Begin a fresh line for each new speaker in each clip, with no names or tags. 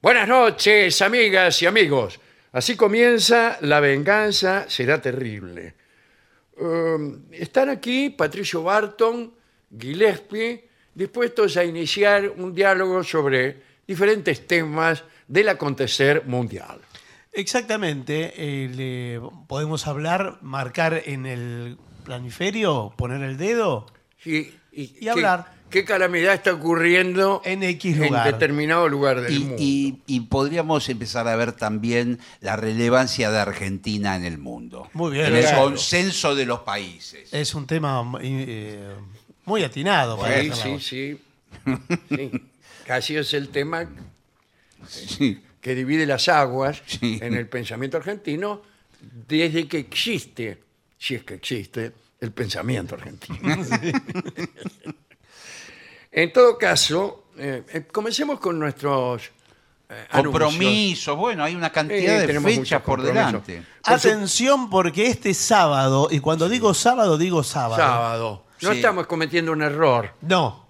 Buenas noches, amigas y amigos. Así comienza La venganza será terrible. Um, están aquí Patricio Barton, Gillespie, dispuestos a iniciar un diálogo sobre diferentes temas del acontecer mundial.
Exactamente. eh, le podemos hablar, marcar en el planiferio, poner el dedo.
Y, y qué-
hablar.
Qué, calamidad está ocurriendo
En X lugar.
determinado lugar del
Y,
mundo.
y- y podríamos empezar a ver también la relevancia de Argentina en el mundo.
Muy bien,
En el
claro.
consenso de los países.
Es un tema eh, muy atinado. para
Sí,
hacer la
sí,
voz.
sí, Sí. Casi es el tema
Sí,
que divide las aguas
Sí.
en el pensamiento argentino desde que existe, si es que existe, el pensamiento argentino. en todo caso, eh, eh, comencemos con nuestros eh, anuncios.
Compromisos, bueno, hay una
Eh,
cantidad de
tenemos muchos
fechas por
compromisos.
delante.
Por su-
Atención porque este sábado, y cuando digo sábado, digo sábado.
sábado. No
Sí.
estamos cometiendo un error.
No.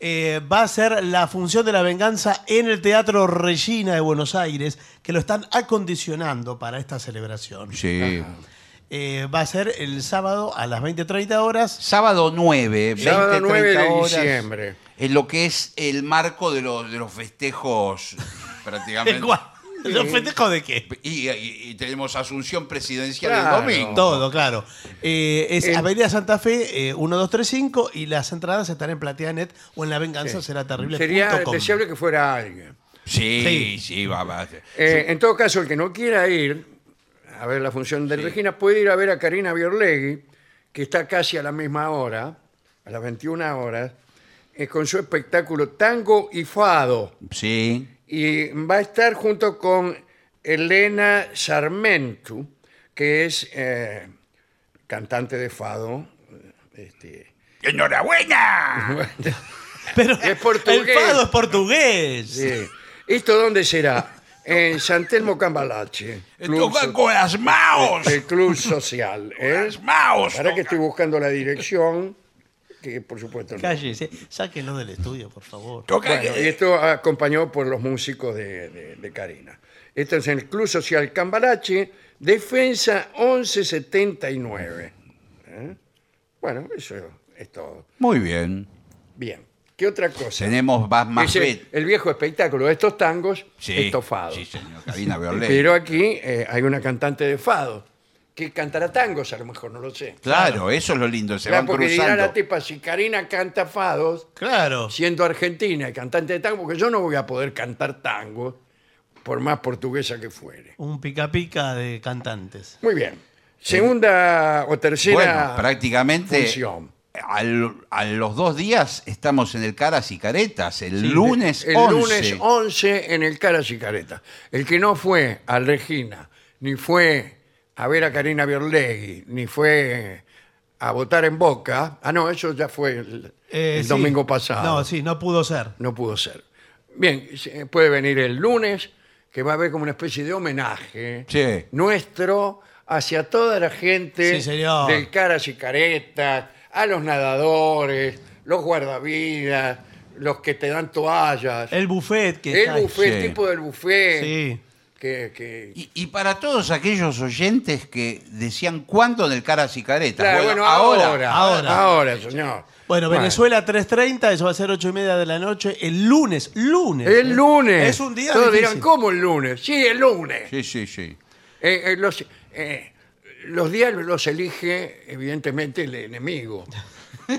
Eh, va a ser la función de la venganza en el Teatro Regina de Buenos Aires, que lo están acondicionando para esta celebración.
Sí.
Eh, va a ser el sábado a las 20.30 horas.
Sábado 9, 20,
Sábado 9 de
30 horas.
diciembre.
En lo que es el marco de los, de los festejos, prácticamente.
¿Los festejos de qué?
Y, y- y tenemos Asunción Presidencial
Claro.
el domingo.
Todo, claro. Eh, es
Eh,
Avenida Santa Fe eh, 1235 y las entradas estarán en Plateanet o en lavenganzaseraterrible.com.
Sería deseable que fuera alguien.
Sí,
Sí.
sí, va, va.
Eh, En todo caso, el que no quiera ir a ver la función del Regina puede ir a ver a Karina Biorlegui, que está casi a la misma hora, a las 21 horas, eh, con su espectáculo Tango y Fado.
Sí.
Y va a estar junto con Elena Sarmentu, que es eh, cantante de Fado. este,
¡Enhorabuena!
Pero
Es portugués.
El fado es portugués.
sí. ¿Esto dónde será? En San Telmo Cambalache. club
Toca
so-
con las maos.
el club social. ¿eh?
Las maos.
Ahora que
toca.
estoy buscando la dirección, que por supuesto no.
Cállese. Sáquenlo del estudio, por favor.
Toca
Bueno,
que-
y esto acompañado por los músicos de, de- de Karina. Esto es en el Club Social Cambalache, Defensa 1179. ¿Eh? Bueno, eso es todo.
Muy bien.
Bien. ¿Qué otra cosa?
Tenemos más, más
Ese-
fe-
el viejo espectáculo de estos tangos
Sí,
estofados.
Sí, señor. Karina Bioley.
Pero aquí eh, hay una cantante de fado que cantará tangos, a lo mejor, no lo sé.
Claro, eso es lo lindo. Se
Claro,
van
porque dirá
cruzando.
la tipa, si Karina canta fados,
Claro.
siendo argentina y cantante de tango, porque yo no voy a poder cantar tango, por más portuguesa que fuere.
Un pica pica de cantantes.
Muy bien. Segunda o tercera
Bueno, prácticamente
función.
al- a los dos días estamos en el Caras y Caretas, el lunes
El
11.
lunes 11 en el Caras y Careta. El que no fue a Regina, ni fue a ver a Karina Biorlegui, ni fue a votar en Boca. Ah, no, eso ya fue el,
Eh,
el
sí.
domingo pasado.
No, sí, no pudo ser.
no pudo ser. Bien, se- puede venir el lunes, que va a haber como una especie de homenaje
Sí.
nuestro hacia toda la gente
Sí, señor.
del caras y caretas, a los nadadores, los guardavidas, los que te dan toallas, el,
El buffet que está ahí.
buffet, el
Sí.
tipo del buffet,
Sí.
que, que-
Y, y para todos aquellos oyentes que decían cuándo en el Caras y Caretas.
Claro, bueno, ahora, ahora, ahora,
ahora.
señor.
Bueno, Venezuela 3.30, eso va a ser 8 y media de la noche, el lunes, lunes. ¿eh?
El lunes.
Es un día
Todos dirán,
difícil.
¿cómo el lunes? Sí, el lunes.
Sí, sí, sí.
Eh, eh, los, eh, los días los elige, evidentemente, el enemigo. Eh,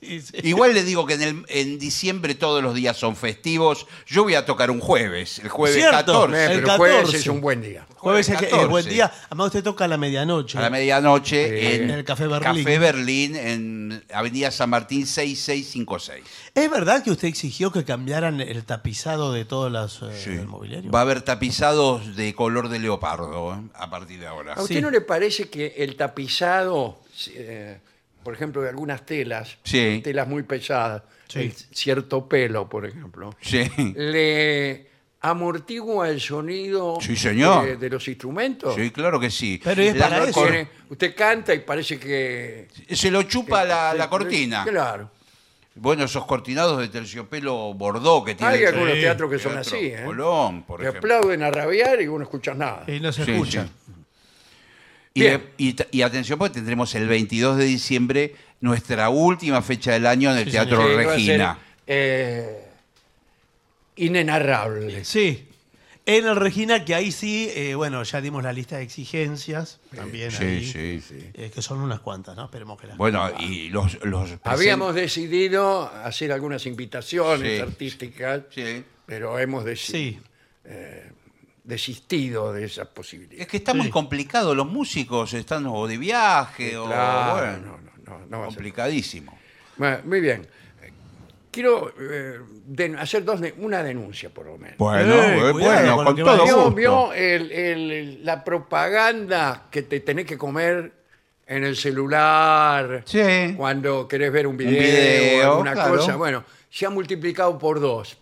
Sí, sí.
Igual le digo que en, el- en diciembre todos los días son festivos. Yo voy a tocar un jueves, el jueves
Cierto.
14.
Eh,
El
pero jueves
14.
es un buen día.
Jueves es que- es
14.
buen día. Además, usted toca a la medianoche.
A la medianoche en,
En el Café Berlín.
Café Berlín, en Avenida San Martín 6656.
¿Es verdad que usted exigió que cambiaran el tapizado de todos los eh, del mobiliario?
Va a haber tapizados de color de leopardo ¿eh? a partir de ahora.
¿A usted
Sí.
no le parece que el tapizado, eh, por ejemplo, de algunas telas,
Sí.
telas muy pesadas,
Sí.
el cierto pelo, por ejemplo,
Sí.
le amortigua el sonido
Sí, señor.
De, de los instrumentos?
Sí, claro que sí.
Pero es
La
para eso.
cor-
Tiene- usted canta y parece que...
Se lo chupa Ah, la,
que-
la cortina.
Claro.
Bueno, esos cortinados de terciopelo bordó que tienen.
Hay algunos
Sí,
teatros que son
Teatro
así, ¿eh?
Colón, por
que
ejemplo.
aplauden a rabiar y vos no escuchas nada.
Y no se
Sí,
escucha.
sí. Y,
Bien.
de- y ta- y atención, porque tendremos el 22 de diciembre nuestra última fecha del año en el
Sí,
Teatro
señor.
Que va a ser,
Regina.
eh, inenarrable.
Sí. En el Regina, que ahí sí, eh, bueno, ya dimos la lista de exigencias también. ahí,
sí, sí,
eh, que son unas cuantas, ¿no? Esperemos que las.
Bueno, y los. los presen-
Habíamos decidido hacer algunas invitaciones
Sí.
artísticas,
Sí.
pero hemos desi-
Sí.
desistido de esas posibilidades.
Es que está muy complicado, los músicos están o de viaje o.
Claro,
oh, bueno,
no, no, no, no va a ser.
complicadísimo.
Bueno, muy bien. Quiero eh, den- hacer dos de- una denuncia, por lo menos.
Bueno,
Eh, cuidado
eh, bueno,
con lo
con
que
todo
vas a
¿Vio,
gusto.
vio el- el- el- la propaganda que te tenés que comer en el celular?
Sí.
Cuando querés ver un video,
video,
una
claro.
cosa. Bueno, se ha multiplicado por dos.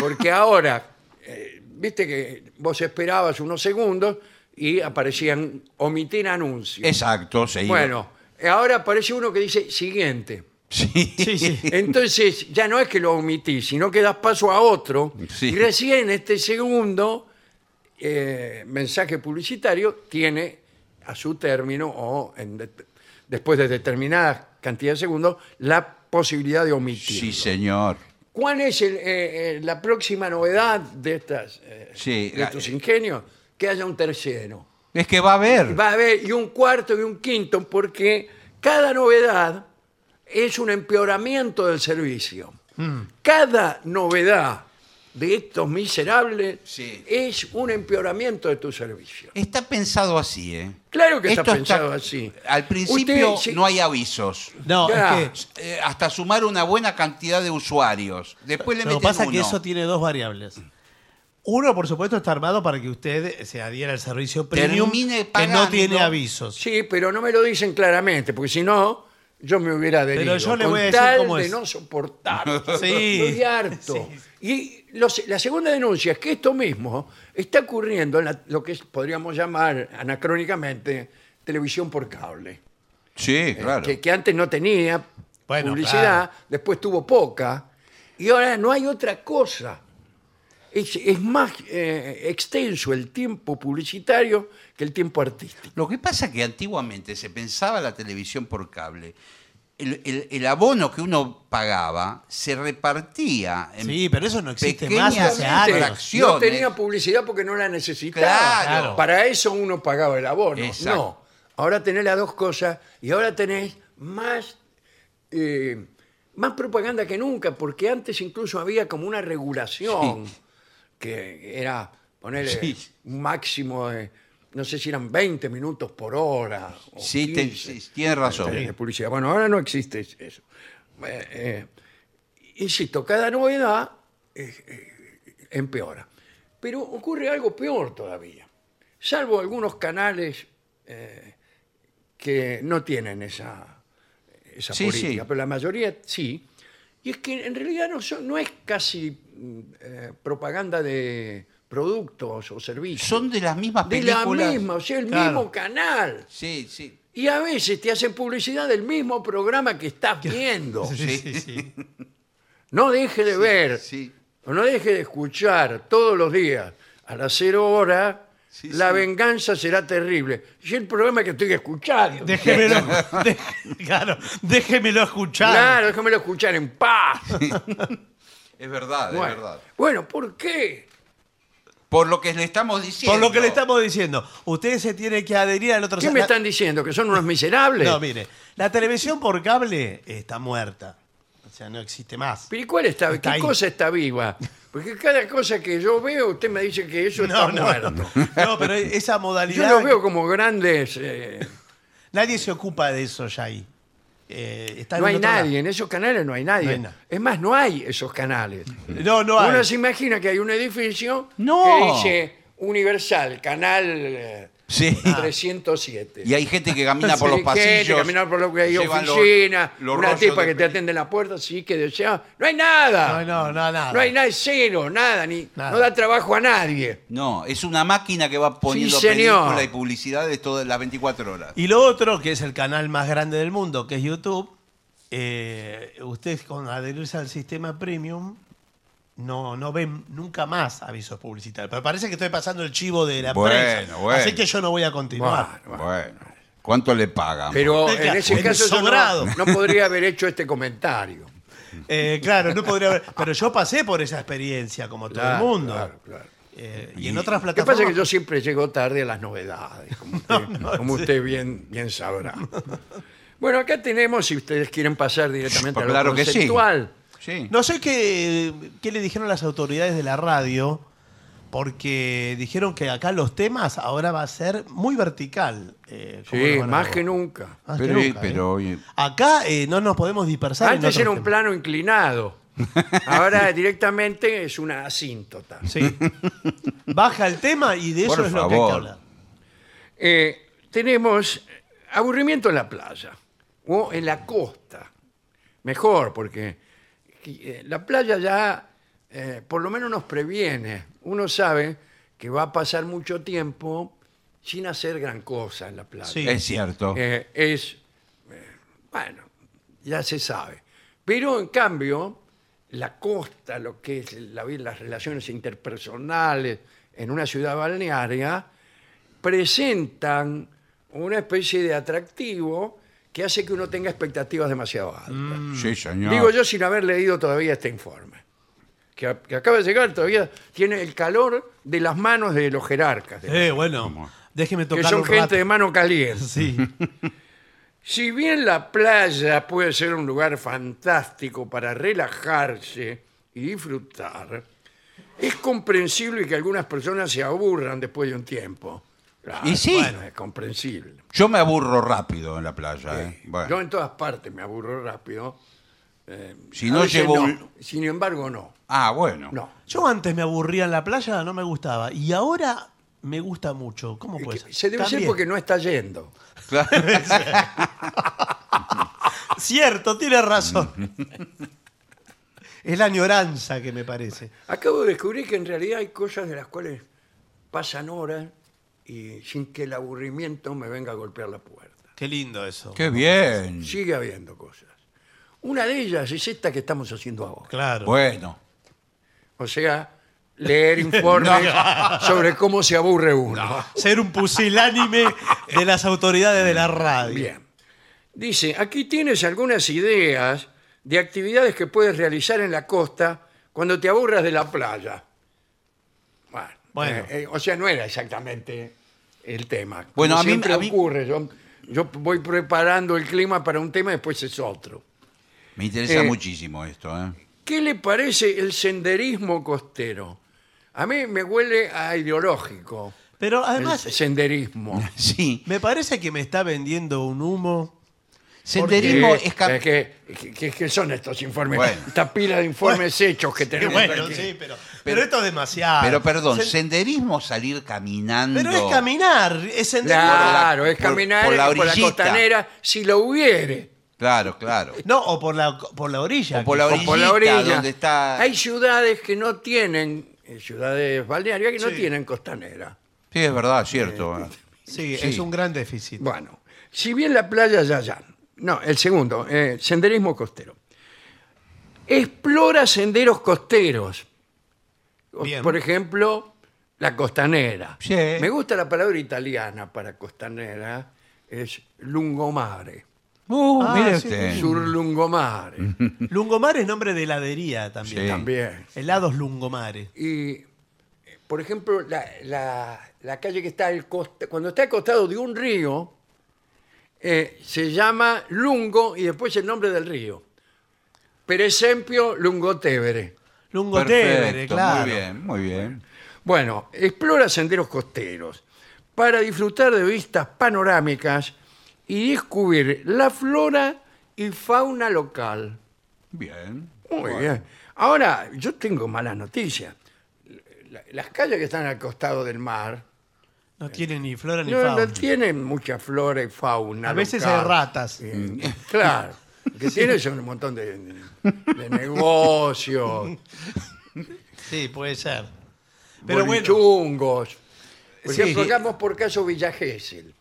Porque ahora, eh, viste que vos esperabas unos segundos y aparecían omitir
Eh,
anuncios.
Exacto, sí.
Bueno, ahora aparece uno que dice siguiente.
Sí.
Sí, sí.
Entonces, ya no es que lo omití, sino que das paso a otro.
Sí.
Y recién este segundo eh, mensaje publicitario tiene a su término o en det- después de determinada cantidad de segundos la posibilidad de omitir.
Sí, señor.
¿Cuál es el, eh, eh, la próxima novedad de, estas, eh,
Sí,
de estos
eh,
ingenios? Que haya un tercero.
Es que va a haber.
Va a haber y un cuarto y un quinto, porque cada novedad es un empeoramiento del servicio. Cada novedad de estos miserables
Sí.
es un empeoramiento de tu servicio.
Está pensado así, ¿eh?
Claro que está
Esto
pensado así.
Al principio
Usted, sí.
no hay avisos.
No,
Ya.
es que.
Eh, hasta sumar una buena cantidad de usuarios. Después le
Lo que
meten
pasa es
uno.
que eso tiene dos variables. Uno, por supuesto, está armado para que usted eh, se adhiera al servicio premium
Termine
que no
pagando.
tiene avisos.
Sí, pero no me lo dicen claramente, porque si no, yo me hubiera adherido.
Pero yo le
con
voy a decir
tal
cómo
de
es.
no soportar.
Sí.
Estoy harto. Y los- la segunda denuncia es que esto mismo está ocurriendo en la- lo que podríamos llamar anacrónicamente televisión por cable.
Sí,
Eh,
claro.
que, que antes no tenía
Bueno,
publicidad, después tuvo poca, y ahora no hay otra cosa. Es, es más eh, extenso el tiempo publicitario que el tiempo artístico.
Lo que pasa es que antiguamente se pensaba la televisión por cable. El, el- el abono que uno pagaba se repartía en
Sí, pero eso no existe más
pequeñas
hace
Exactamente.
años.
fracciones.
No tenía publicidad porque no la necesitaba.
eh. Claro.
Para eso uno pagaba el abono.
Exacto.
No. Ahora tenés las dos cosas y ahora tenés más, eh, más propaganda que nunca, porque antes incluso había como una regulación que era ponerle
Sí.
un máximo de, no sé si eran 20 minutos por hora. o
Sí, te-
15
sí, tienes razón.
Eh, de publicidad. Bueno, ahora no existe eso. Eh, eh, insisto, cada novedad eh, eh, empeora. Pero ocurre algo peor todavía. Salvo algunos canales eh, que no tienen esa, esa
Sí,
política,
sí.
pero la mayoría sí. Y es que en realidad no, son- no es casi mm, eh, propaganda de productos o servicios.
Son de las mismas
de la
películas.
misma, o sea, el
Claro.
mismo canal.
Sí, sí.
Y a veces te hacen publicidad del mismo programa que estás viendo.
Sí, sí, sí.
No deje de ver,
sí.
o no deje de escuchar todos los días a las cero horas,
Sí,
la
sí.
venganza será terrible. Y el programa que estoy escuchando.
Déjemelo, de- claro, déjemelo escuchar.
Claro, déjamelo escuchar en paz.
Es verdad, es
Bueno,
verdad.
bueno, ¿por qué?
Por lo que le estamos diciendo.
Por lo que le estamos diciendo, usted se tiene que adherir al otro
¿Qué me
la-
están diciendo? ¿Que son unos miserables?
No, mire, la televisión por cable está muerta. O sea, no existe más.
¿Pero y cuál está,
Está
qué
ahí.
cosa está viva? Porque cada cosa que yo veo, usted me dice que eso está muerto.
No, pero esa
Yo
modalidad.
lo veo como grandes... eh,
Nadie se ocupa de eso ya ahí. Eh, está en
No hay
otro lado.
nadie, en esos canales no hay nadie.
No hay na-
es más, no hay esos canales.
No, no hay.
Uno se imagina que hay un edificio
No.
que dice Universal, canal eh,
Sí.
307.
Y hay gente que camina
Sí,
por los
gente,
pasillos.
caminar por lo que hay
llevan los-
oficina,
los
una
rollos
tipa
de
que te
peli-
atiende en la puerta, sí que desea. No hay nada.
No, no, no, nada.
No hay nada, es cero, nada, ni,
Nada.
no da trabajo a nadie.
No, es una máquina que va poniendo
señor.
películas y publicidades todas las 24 horas.
Y lo otro, que es el canal más grande del mundo, que es YouTube, eh, ustedes con adherirse al sistema premium no, no ven nunca más avisos publicitarios. Pero parece que estoy pasando el chivo de la
Bueno,
prensa.
bueno.
Así que yo no voy a continuar.
Bueno,
Bueno, ¿cuánto le pagan?
Pero en
Venga,
ese
el
caso yo no,
sobrado.
no podría haber hecho este comentario.
Eh, claro, no podría haber. Pero yo pasé por esa experiencia, como todo
Claro,
el mundo.
claro, claro.
Eh, y en otras
Lo que pasa es
plataformas.
que yo siempre llego tarde a las novedades, como usted, como
sí.
usted bien, bien sabrá. Bueno, acá tenemos, si ustedes quieren pasar directamente
Pues
a lo
Claro que sí.
conceptual.
Sí.
No sé qué, qué le dijeron las autoridades de la radio, porque dijeron que acá los temas ahora va a ser muy vertical. eh,
Sí,
cómo los van a
más
abordar.
que nunca.
Más que
pero,
nunca,
pero,
¿eh?
oye,
Acá eh, no nos podemos dispersar. en
Antes
otros
era un
temas.
plano inclinado, ahora directamente es una asíntota.
Sí. Baja el tema y de eso
Por
es lo que hay que
favor.
hablar.
Eh, tenemos aburrimiento en la playa o en la costa. Mejor, porque eh, la playa ya eh, por lo menos nos previene. Uno sabe que va a pasar mucho tiempo sin hacer gran cosa en la playa.
Sí.
es cierto.
Eh, es, eh, bueno, ya se sabe. Pero en cambio, la costa, lo que es la vi- las relaciones interpersonales en una ciudad balnearia, presentan una especie de atractivo que hace que uno tenga expectativas demasiado altas.
Mm.
sí,
mm.
señor.
Digo yo sin haber leído todavía este informe, que, a- que acaba de llegar, todavía tiene el calor de las manos de los jerarcas, de-
Eh, bueno,
¿Cómo?
déjeme
que
tocar
son
un rato.
gente de mano caliente.
Sí.
Si bien la playa puede ser un lugar fantástico para relajarse y disfrutar, es comprensible que algunas personas se aburran después de un tiempo. Claro,
Y sí.
Bueno, es comprensible.
Yo me aburro rápido en la playa. ¿eh? Bueno,
Yo en todas partes me aburro rápido.
si
A
no
veces
llevo
no.
un-
Sin embargo, no.
Ah, bueno.
No.
Yo antes me aburría en la playa, no me gustaba. Y ahora me gusta mucho. ¿Cómo puede ser?
Se debe ser
También.
porque no está yendo.
Claro.
Ah, Cierto, tiene razón. es la añoranza que me parece.
Acabo de descubrir que en realidad hay cosas de las cuales pasan horas y sin que el aburrimiento me venga a golpear la puerta.
Qué lindo eso.
Qué bien.
Sigue habiendo cosas. Una de ellas es esta que estamos haciendo ahora.
Claro.
Bueno.
O sea, leer informes sobre cómo se aburre uno.
Ser un pusilánime de las autoridades de la radio.
Bien. Dice, aquí tienes algunas ideas de actividades que puedes realizar en la costa cuando te aburras de la playa. Bueno,
Bueno.
eh, eh, o sea, no era exactamente el tema. Como
Bueno, a mí-
siempre
a mí-
ocurre. Yo, yo voy preparando el clima para un tema y después es otro.
Me interesa
Eh,
muchísimo esto. ¿eh?
¿Qué le parece el senderismo costero? A mí me huele a ideológico.
Pero
eh,
el
además,
senderismo.
Sí.
me parece que me está vendiendo un humo.
Senderismo
Porque-
es cap-
es que, que- que son estos informes?
Bueno.
Esta pila de informes hechos que tenemos.
Bueno,
aquí.
sí, pero, pero, esto es demasiado.
Pero perdón,
Sen-
senderismo salir caminando.
pero es caminar, es senderismo.
Claro, es
por la-
caminar por,
por la
la
orillita.
costanera si lo hubiere.
Claro, claro.
No, o por la, por la orilla.
O por la
o por la
orillita,
orilla.
donde está-
Hay ciudades que no tienen, eh, ciudades balnearias que no
Sí.
tienen costanera.
Sí, es verdad, cierto.
Eh, Sí,
Sí.
es un gran déficit.
Bueno, si bien la playa ya ya. No, el segundo, eh, senderismo costero. Explora senderos costeros. O-
Bien.
Por ejemplo, la costanera.
Sí.
Me gusta la palabra italiana para costanera, es lungomare.
Uh,
Ah,
mire
sí,
usted.
Sur lungomare.
Lungomar es nombre de heladería también.
Mm. Sí.
También.
Helados Lungomares.
Y, eh, por ejemplo, la, la- la calle que está al costa, cuando está al costado de un río, eh, se llama Lungo y después el nombre del río. Per esempio, Lungotevere.
Lungotevere,
Perfecto,
eh, claro.
muy bien, muy bien.
Bueno, explora senderos costeros para disfrutar de vistas panorámicas y descubrir la flora y fauna local.
Bien.
Muy bien. Ahora, yo tengo malas noticias. La- Las calles que están al costado del mar,
No tiene ni flora ni
No, no
fauna.
tienen mucha flora y fauna.
A veces
local.
hay ratas.
Eh, claro. Lo que tienen son un montón de, de negocios,
Sí, puede ser. Pero
Pero
bueno.
chungos. Por
Sí.
ejemplo, hagamos por caso Villa Gesell.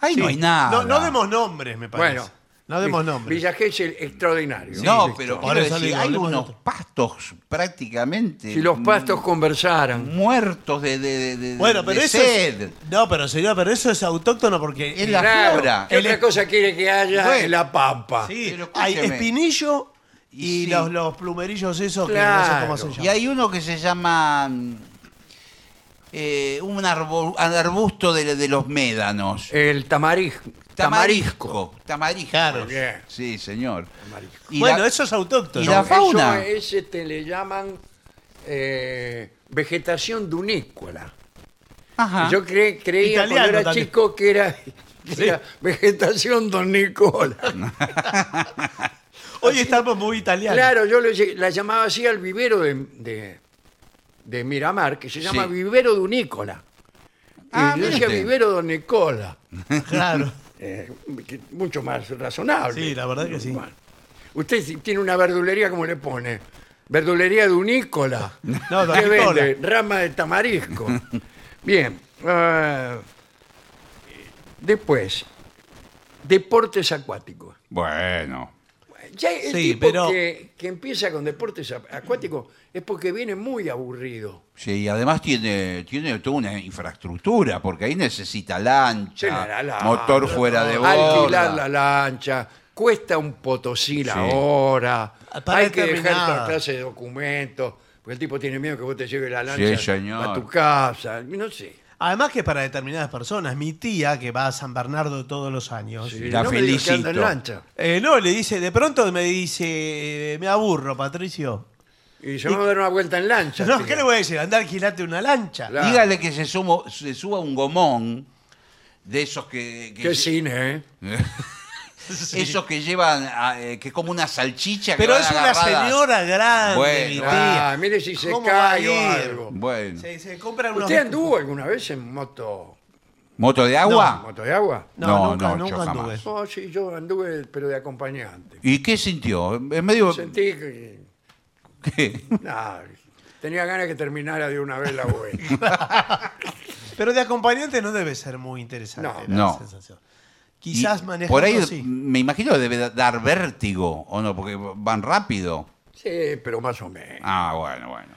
Ahí
sí.
no hay nada.
No, no demos nombres, me parece.
Bueno,
No demos nombres.
Villa Gesell, extraordinario.
No,
Sí,
pero
Ahora
quiero
sale
decir,
y
hay
hablemos de
unos
otro.
pastos prácticamente.
Si los pastos conversaran.
Mm.
Muertos de, de, de- de-
Bueno,
de
pero eso
sed.
es, no, pero señor, pero eso es autóctono porque
Es la
Claro,
flora.
¿Qué
El-
otra cosa quiere que haya
Bueno.
en la pampa?
Sí,
Pero
hay
escúcheme.
espinillo y,
Y sí.
los, los plumerillos esos que no sé
Claro.
cómo se llaman.
Y hay uno que se llama mm, eh, un arbo- arbusto de, de los médanos.
El tamarisco.
Tamarisco. Tamarisco.
Claro.
Bien.
Sí, señor.
Tamarisco.
Y
bueno,
la-
eso es autóctono.
y la fa- fauna.
Eso es, este, le llaman eh, vegetación dunícola.
Ajá.
Yo cre- creía
Italiano
cuando era
también.
chico que era, que
Sí.
era vegetación dunícola.
Hoy estamos muy italianos.
Claro, yo lo lle- la llamaba así al vivero de, de- de Miramar, que se llama
Sí.
vivero dunícola. Y
Ah,
yo
mire
decía
usted.
vivero donicola.
claro.
eh, que- mucho más razonable.
Sí, la verdad que sí.
Bueno. Usted si tiene una verdulería, ¿cómo le pone? Verdulería dunícola.
No,
¿Qué
donicola.
vende? Rama de tamarisco. Bien. ah, después, deportes acuáticos.
Bueno.
Ya el
Sí,
tipo
pero-
que, que empieza con deportes a- acuáticos es porque viene muy aburrido.
Sí, y además tiene, tiene toda una infraestructura, porque ahí necesita lancha,
Se la- la-
motor fuera de
Alquilar
borda.
la lancha, cuesta un potosí la
Sí.
hora,
Ah, Para
hay que dejar
determinada.
toda clase de documentos, porque el tipo tiene miedo que vos te lleves la lancha
Sí, señor.
a tu casa, no sé.
Además que para determinadas personas, mi tía que va a San Bernardo todos los años,
Sí,
la
no me digas que anda en
felicito.
lancha.
eh, no, le dice, de pronto me dice, eh, me aburro, Patricio.
Y se va a dar una vuelta en lancha.
No,
tío.
¿qué le voy a decir? Andá, alquilate una lancha.
Claro.
Dígale que se, sumo- se suba un gomón de esos que, que-
Qué cine, ¿eh?
esos que llevan a- eh, que es como una salchicha. que
Pero
van
es una
agarradas.
señora grande,
Bueno.
mi tía.
Ah, mire si se
¿Cómo va a
cae o
ir?
algo.
Bueno,
Se, se compra unos...
¿Usted anduvo alguna vez en moto,
moto de agua.
moto de agua?
No,
No,
nunca,
no, yo
nunca
jamás.
anduve.
Oh, sí, yo anduve, pero de acompañante.
¿Y qué sintió? En medio
Sentí que...
¿Qué?
nada, tenía ganas que terminara de una vez la vuelta.
Pero de acompañante no debe ser muy interesante
No.
la
No.
sensación. Quizás
Y
manejando
Por ahí
sí.
me imagino que debe da- dar vértigo, ¿o no? Porque van rápido.
Sí, pero más o menos.
Ah, bueno, bueno.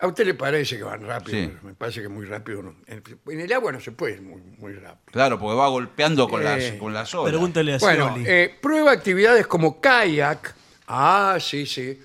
A usted le parece que van rápido,
Sí.
pero me parece que muy rápido no. En en el agua no se puede ir muy, muy rápido.
Claro, porque va golpeando con, las,
Eh,
con las olas.
Pregúntele a
Bueno,
Scioli.
eh, prueba actividades como kayak. Ah, sí, sí.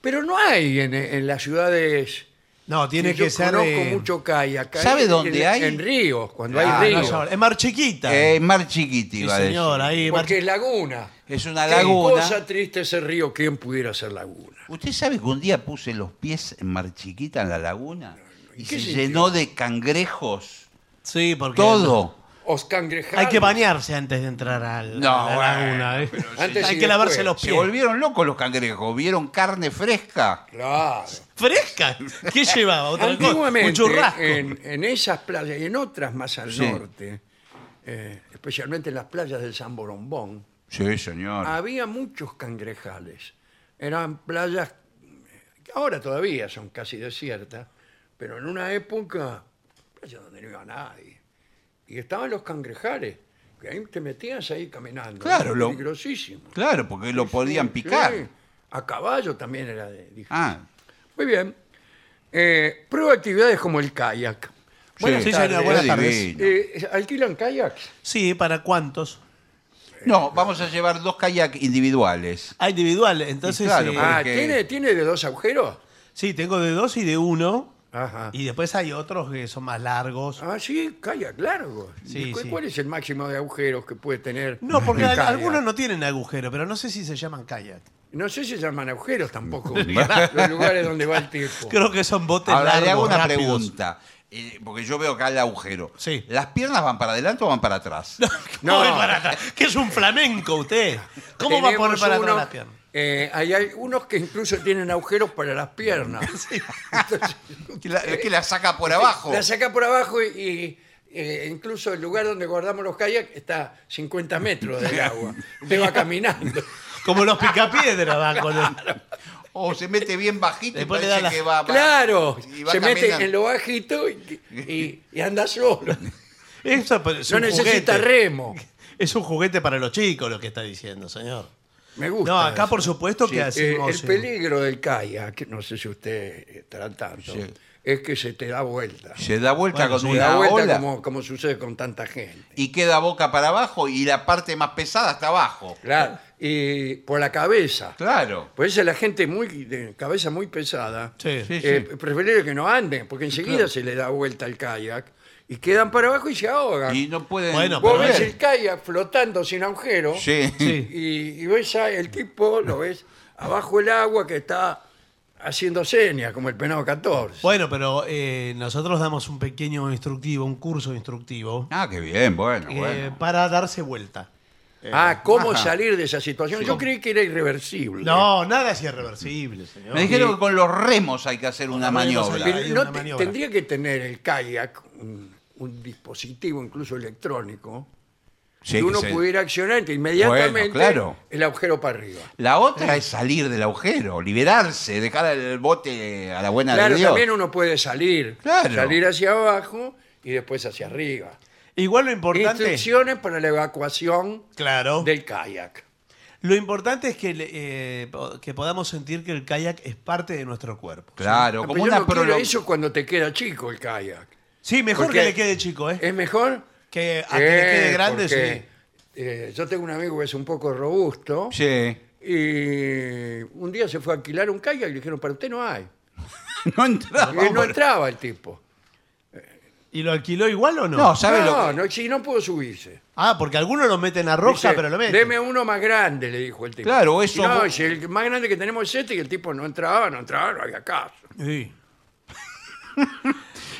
Pero no hay en, en las ciudades.
no, tiene
Yo
que ser...
Conozco
eh,
mucho kayak. Hay
¿Sabe
en-
dónde
en,
hay?
En ríos, cuando
Ah,
Ah,
hay
no, eh,
ríos.
ya, es Mar Chiquita.
Eh, mar chiquiti,
sí,
iba a decir.
señor, ahí Mar
porque es laguna.
Es una
Qué
laguna.
cosa triste ese río, ¿quién pudiera ser laguna?
¿Usted sabe que un día puse los pies en Mar Chiquita, en la laguna?
¿y
Y
qué
se
sintió?
llenó de cangrejos.
Sí, porque...
Todo.
Os cangrejados.
Hay que bañarse antes de entrar al,
No,
a la laguna.
bueno,
¿eh?
pero
sí. Antes y
Hay que lavarse
después.
los
Se
pies.
volvieron locos los cangrejos. Vieron carne fresca.
Claro.
¿Fresca? ¿Qué llevaba? ¿Otra cosa? Un
Antiguamente, eh,
churrasco.
en, en esas playas y en otras más al
Sí.
norte, eh, especialmente en las playas del San Borombón,
Sí, señor.
había muchos cangrejales. Eran playas que ahora todavía son casi desiertas, pero en una época, playas donde no iba nadie. Y estaban los cangrejales, que ahí te metías ahí caminando.
Claro,
era
lo-
peligrosísimo.
Claro, porque lo podían
Sí,
picar.
sí. A caballo también era de- difícil.
Ah,
Muy bien. Eh, prueba actividades como el kayak. Buenas
Sí,
tardes.
señora, buenas
es
tardes.
divino.
Eh, ¿Alquilan kayaks?
Sí, ¿para cuántos?
No, vamos a llevar dos kayak individuales.
Ah, individual. Entonces,
Y claro,
eh,
porque-
Ah, ¿tiene, ¿tiene de dos agujeros?
sí, tengo de dos y de uno.
Ajá.
Y después hay otros que son más largos.
Ah, sí, kayak largos.
Sí,
¿Y cu-
sí.
¿Cuál es el máximo de agujeros que puede tener?
No, porque
un
al-
kayak?
algunos no tienen agujero, pero no sé si se llaman kayak.
No sé si llaman agujeros tampoco los lugares donde va el tipo.
Creo que son botes
Ahora
largos,
le hago una
rápidos.
pregunta. eh, porque yo veo acá el agujero.
Sí.
¿Las piernas van para adelante o van para atrás?
No,
No.
es para atrás. ¿Qué es un flamenco usted? ¿Cómo va a poner
Tenemos
para atrás
unos-
las piernas?
eh, hay algunos que incluso tienen agujeros para las piernas. Entonces,
Que la-
eh,
es que la saca por abajo.
La saca por abajo y, y, eh, incluso el lugar donde guardamos los kayaks está a 50 metros del agua. Usted va caminando.
Como los picapiedras van con el-
O Oh, se mete bien bajito
Después
y
le
parece
da la-
que va, va-
Claro,
Ah, y va
se mete
caminando.
en lo bajito y, y- y anda solo.
Eso parece
No
un
necesita
juguete.
remo.
Es un juguete para los chicos lo que está diciendo, señor.
Me gusta.
No, acá
eso.
por supuesto
Sí,
que
Eh,
hacemos...
el
sí.
peligro del kayak, no sé si usted estará al tanto,
Sí.
es que se te da vuelta.
Se da vuelta
Bueno,
con
se
una
da vuelta
ola
como, como sucede con tanta gente.
y queda boca para abajo y la parte más pesada hasta abajo.
Claro. Y por la cabeza.
Claro.
Por eso la gente muy de cabeza muy pesada,
Sí.
Sí,
eh, preferible que no anden, porque enseguida
Claro.
se le da vuelta al kayak y quedan para abajo y se ahogan.
Y no pueden
Bueno,
Vos
pero
ves
ver.
el kayak flotando sin agujero
Sí.
Sí.
y, y ves a el tipo, lo ves abajo el agua que está haciendo señas, como el penado 14.
Bueno, pero eh, nosotros damos un pequeño instructivo, un curso instructivo,
Ah, qué bien, bueno,
eh,
bueno.
para darse vuelta.
ah, ¿cómo
Eh, ajá.
salir de esa situación? Yo creí que era irreversible.
No, nada es irreversible, señor.
Me dijeron que con los remos hay que hacer una
los remos
maniobra.
Pero
hay
no
una
te-
maniobra.
tendría que tener el kayak un, un dispositivo, incluso electrónico,
Sí,
que
que
uno
se-
pudiera accionar que inmediatamente
Bueno, claro.
el agujero para arriba.
La otra es salir del agujero, liberarse, dejar el bote a la buena
Claro,
de Dios.
también uno puede salir,
Claro.
salir hacia abajo y después hacia arriba.
Igual lo importante...
Instrucciones para la evacuación
Claro.
del kayak.
Lo importante es que, le- eh, po- que podamos sentir que el kayak es parte de nuestro cuerpo.
Claro,
Ah,
como
pero yo
una
no quiero
prolo-
eso cuando te queda chico el kayak.
Sí, mejor
Porque-
que le quede chico, ¿eh?
¿Es mejor?
Que a Ah, que le quede grande,
porque,
sí.
eh, yo tengo un amigo que es un poco robusto.
Sí.
Y un día se fue a alquilar un kayak y le dijeron, para usted no hay.
No entraba.
Y no entraba el tipo.
¿Y lo alquiló igual o no?
No, ¿sabe
no,
lo que-
no, sí, no pudo subirse.
Ah, porque algunos lo meten a roja,
Dice,
pero lo meten.
Deme uno más grande, le dijo el tipo.
Claro, eso
Y no,
vos-
si el más grande que tenemos es este y el tipo no entraba, no entraba, no había caso.
Sí.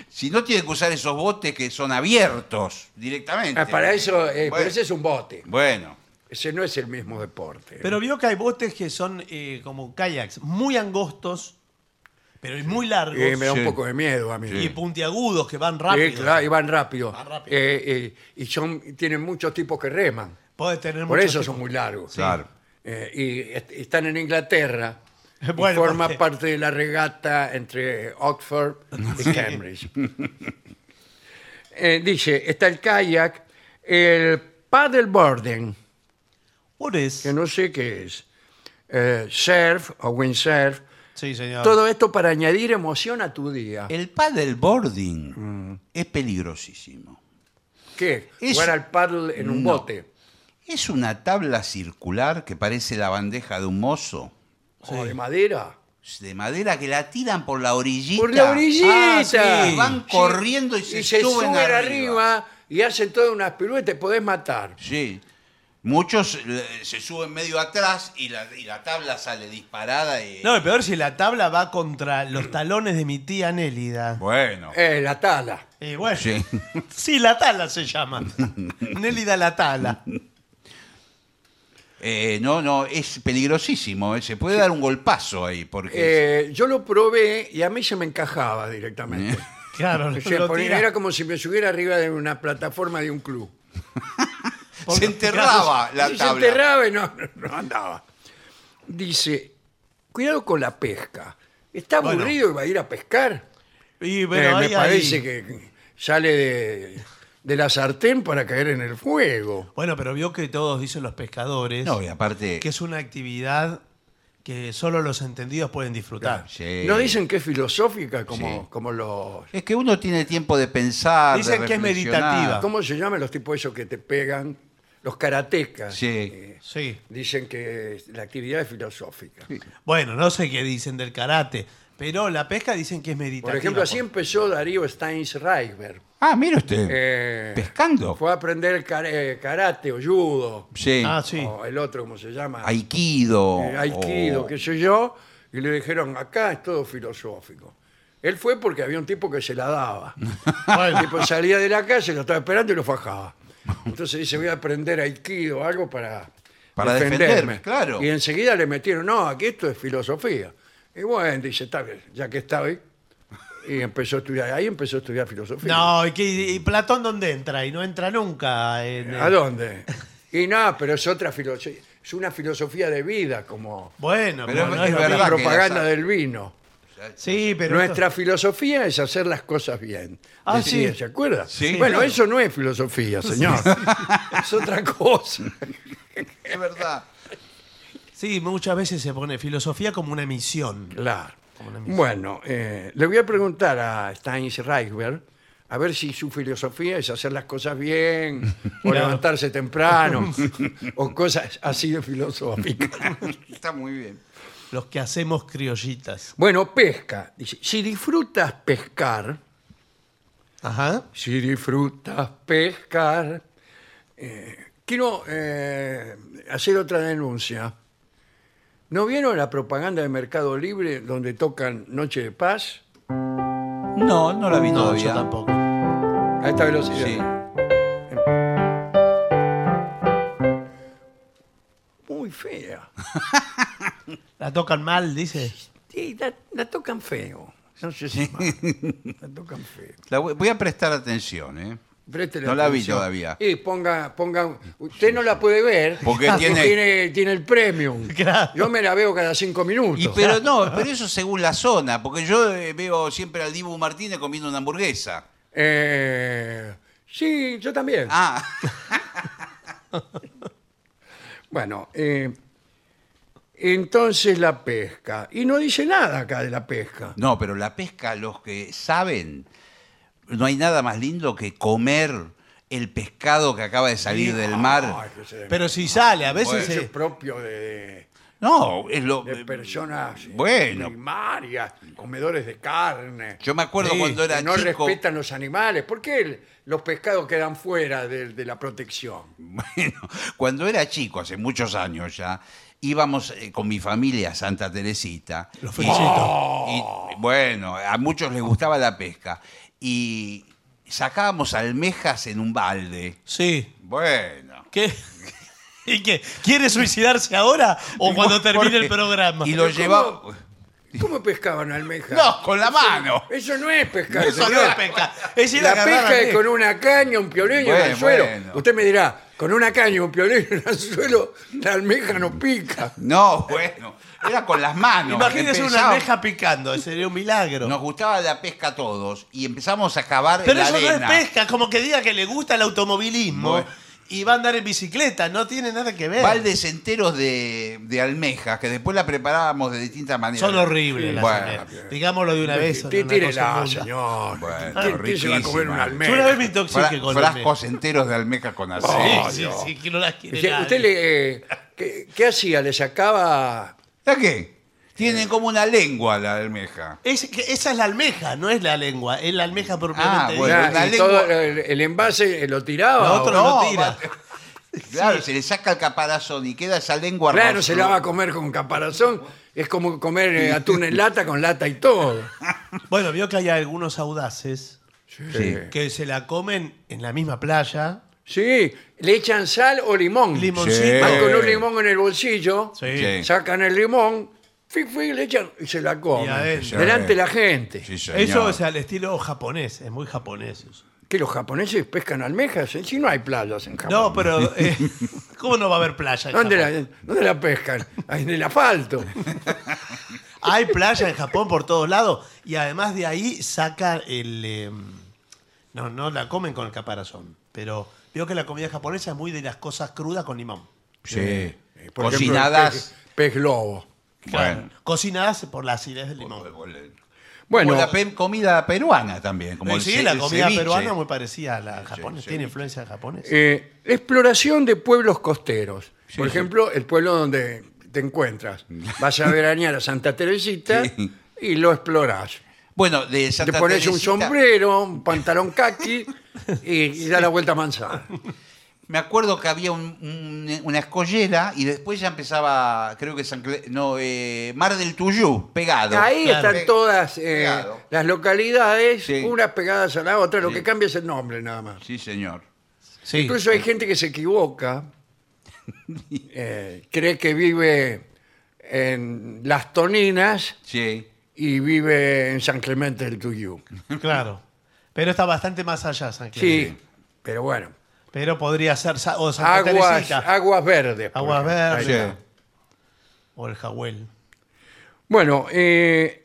Si no tiene que usar esos botes que son abiertos directamente.
Ah, para eso, eh, pero
Bueno.
ese es un bote.
Bueno,
Ese no es el mismo deporte.
Pero vio que hay botes que son eh, como kayaks, muy angostos, pero muy largos
Eh, me da un
Sí.
poco de miedo a mí.
y
Sí,
puntiagudos que van rápido.
claro, y van rápido.
Van rápido.
Eh, eh, y son, tienen muchos tipos que reman.
Puede tener
Por
muchos
eso son
tipos.
muy largos.
Claro.
Eh, y est- están en Inglaterra. y
Bueno,
forma
porque-
parte de la regata entre Oxford y Cambridge. Eh, dice, está el kayak, el paddleboarding,
Por eso.
que no sé qué es, eh, surf o windsurf.
Sí, señor.
Todo esto para añadir emoción a tu día.
el
Mm.
paddleboarding es peligrosísimo.
¿Qué?
Es-
Jugar al paddle en un
No.
bote.
Es una tabla circular que parece la bandeja de un mozo
O de madera.
de madera que la tiran por la orillita.
Por la orillita.
Ah, sí.
Van
Sí.
corriendo y se, suben,
arriba.
arriba.
y hacen todas unas piruetas, te podés matar.
Ah, Sí. Muchos eh, se suben medio atrás y la, y la tabla sale disparada. Y...
No, y peor si la tabla va contra los talones de mi tía Nélida.
Bueno.
Eh, la tala.
Y bueno,
Sí.
sí. la tala se llama. Nélida la tala.
Eh, no, no, es peligrosísimo. eh. Se puede dar un golpazo ahí. Porque
Eh, yo lo probé y a mí se me encajaba directamente.
Claro,
O sea,
lo
ponía-
tira.
era como si me subiera arriba de una plataforma de un club.
se enterraba la
Y se
tabla.
enterraba y no, no andaba. Dice, cuidado con la pesca. Está
Bueno.
aburrido y va a ir a pescar.
Y
Eh,
bueno,
me
ahí-
parece
ahí-
que sale de, de la sartén para caer en el fuego.
Bueno, pero vio que todos dicen los pescadores
No, y aparte.
que es una actividad que solo los entendidos pueden disfrutar.
Sí.
No dicen que es filosófica como,
Sí.
como los...
Es que uno tiene tiempo de pensar. de
Dicen que es
reflexionar.
meditativa.
¿Cómo se llaman los tipos esos que te pegan? Los karatecas.
Sí.
Eh,
Sí.
Dicen que la actividad es filosófica.
Bueno, no sé qué dicen del karate, pero la pesca dicen que es meditativa.
Por ejemplo, así empezó Darío Steins Reiber.
Ah, mire usted.
Eh,
Pescando.
Fue a aprender kar- eh, karate o judo,
Sí.
Ah, sí.
o el otro, ¿cómo se llama?
Aikido. Oh,
Eh, Aikido,
o-
qué sé yo, y le dijeron, acá es todo filosófico. Él fue porque había un tipo que se la daba. El
Bueno,
tipo salía de la calle, lo estaba esperando y lo fajaba. Entonces dice, voy a aprender Aikido o algo para,
Para defenderme, claro.
Y enseguida le metieron, no, aquí esto es filosofía. Y bueno, dice, está bien, ya que está hoy. Y empezó a estudiar, ahí empezó a estudiar filosofía.
no, ¿y, qué- y Platón dónde entra? Y no entra nunca. en-
¿A dónde? Y no, pero es otra filosofía, es una filosofía de vida, como
Bueno,
Pero
pero no
es
es lo
verdad
la
mismo.
que
propaganda
las-
del vino.
Sí, pero.
Nuestra filosofía es hacer las cosas bien.
Ah,
Decía,
sí.
¿se acuerda?
Sí,
bueno,
claro.
eso no es filosofía, señor. Es otra cosa.
Es verdad.
esto- sí, muchas veces se pone filosofía como una misión.
Claro.
Como la misma.
Bueno, eh, le voy a preguntar a Steins Reichberg a ver si su filosofía es hacer las cosas bien, o
Claro.
levantarse temprano, o cosas así de filosóficas.
Está muy bien.
Los que hacemos criollitas.
Bueno, pesca. Dice, si disfrutas pescar,
Ajá.
si disfrutas pescar. Eh, quiero eh, hacer otra denuncia. ¿No vieron la propaganda de Mercado Libre donde tocan Noche de Paz?
No, no la vi
No, yo
todavía.
tampoco.
A esta velocidad.
Sí.
Muy fea.
La tocan mal, dice.
Sí, la, la tocan feo. No sé si más. La tocan feo.
La voy, voy a prestar atención, ¿eh?
Préstele
No la vi
atención.
todavía.
Y ponga, ponga. Usted no la puede ver.
Porque tiene-
tiene, tiene el premium.
Claro.
Yo me la veo cada cinco minutos.
Y pero no, pero eso según la zona, porque yo eh, veo siempre al Dibu Martínez comiendo una hamburguesa.
Eh, sí, yo también.
Ah,
Bueno, eh, entonces la pesca. Y no dice nada acá de la pesca.
no, pero la pesca, los que saben, no hay nada más lindo que comer el pescado que acaba de salir del
Ay,
mar.
Ah, que se-
Pero si sale, a
eso
veces
es
se-
propio de,
No, es lo.
de personas eh,
Bueno.
primarias, comedores de carne.
Yo me acuerdo
Sí,
cuando era
que no
chico.
respetan los animales. ¿Por qué el- los pescados quedan fuera de, de la protección?
Bueno, cuando era chico, hace muchos años ya, íbamos eh, con mi familia a Santa Teresita.
Los
Y-
felicito.
y, bueno, a muchos les gustaba la pesca. Y sacábamos almejas en un balde.
Sí.
Bueno.
¿Qué? ¿Y qué? ¿Quiere suicidarse ahora o cuando termine el programa?
Y lo
Pero
llevaba.
¿cómo- ¿Cómo pescaban almeja?
No, con la mano.
Eso no es pescar.
Eso no
señor.
es pesca. Es ir a
La
agarrar
pesca es
almeja.
con una caña, un piolín y un
Bueno,
anzuelo.
bueno.
Usted me dirá, con una caña, un piolín y un anzuelo, la almeja no pica.
No, bueno. Era con las manos.
Imagínese una
Empezaba-
almeja picando, sería un milagro.
Nos gustaba la pesca a todos y empezamos a cavar en
Pero
la
eso
arena.
no es pesca, como que diga que le gusta el automovilismo
Bueno.
y va a andar en bicicleta, no tiene nada que ver.
baldes enteros de, de almejas que después la preparábamos de distintas maneras.
Son horribles las
Bueno,
almejas. Digámoslo de una vez. son una cosa
Tírela,
inmunda.
señor.
Bueno,
¿Quién- ¿Quién se va a comer
riquísima.
una
Yo una vez me
almeja?
fra-
intoxiqué con la almeja.
frascos enteros de almejas con
Sí,
aceite.
sí, sí, que no las quiere
Usted-
nadie.
usted le, eh, ¿qué, qué hacía? ¿Le sacaba...?
¿Ya qué? Tienen como una lengua la almeja.
Es que esa es la almeja, no es la lengua, es la almeja propiamente.
Ah, bueno.
la-
una
y
lengua-
todo el, el envase eh, lo tiraba?
La
o-
otra- lo tira.
va- Claro, se le saca el caparazón y queda esa lengua
Claro,
rosa.
se la va a comer con caparazón. Es como comer eh, atún en lata con lata y todo.
Bueno. vio que hay algunos audaces
Sí.
que se la comen en la misma playa.
Sí, le echan sal o limón.
Limoncito.
Van con
Eh.
un limón en el bolsillo,
Sí.
Sí.
sacan el limón, fui, fui, le echan y se la
Y
comen.
adentro.
Delante de la gente.
Sí, señor.
Eso es al estilo japonés, es muy japonés eso.
Que los japoneses pescan almejas, eh, si no hay playas en Japón.
No, pero eh, ¿cómo no va a haber playa? en
¿Dónde,
Japón?
la, dónde la pescan? Ahí En el asfalto.
Hay playa en Japón por todos lados y además de ahí saca el... eh, no, no la comen con el caparazón, pero veo que la comida japonesa es muy de las cosas crudas con limón.
Sí.
Por ejemplo,
Cocinadas.
el Pez, pez globo.
Bueno.
Cocinadas por la acidez del limón.
Bueno,
Como la pe- comida peruana también. Como el
Eh, sí,
ce-
la
el
comida
ceviche.
peruana es muy parecida a la japonesa,
sí.
tiene influencia japonesa.
eh, exploración de pueblos costeros.
Sí,
Por
sí.
ejemplo, el pueblo donde te encuentras. Vas a veranear a Santa Teresita
Sí.
y lo explorás.
Bueno, de
Te
Santa
pones un
Teresita-
sombrero, un pantalón kaki y, y da la vuelta a manzana.
Me acuerdo que había un- un- una escollera y después ya empezaba, creo que San Cle- no, eh, Mar del Tuyú, pegado.
Ahí
Claro.
están todas eh,
Pegado.
las localidades,
Sí.
unas pegadas a la otra, lo que cambia es el nombre nada más.
Sí, señor.
Sí.
Incluso hay gente que se equivoca, eh, cree que vive en Las Toninas
Sí.
y vive en San Clemente del Tuyú.
Claro. Pero está bastante más allá, San Clemente.
Sí, pero bueno.
Pero podría ser Sa- o Santa
Aguas,
Teresita,
aguas verdes. por
Aguas
ejemplo.
Verdes.
Ahí está.
Sí.
o el Jawel.
Bueno, eh,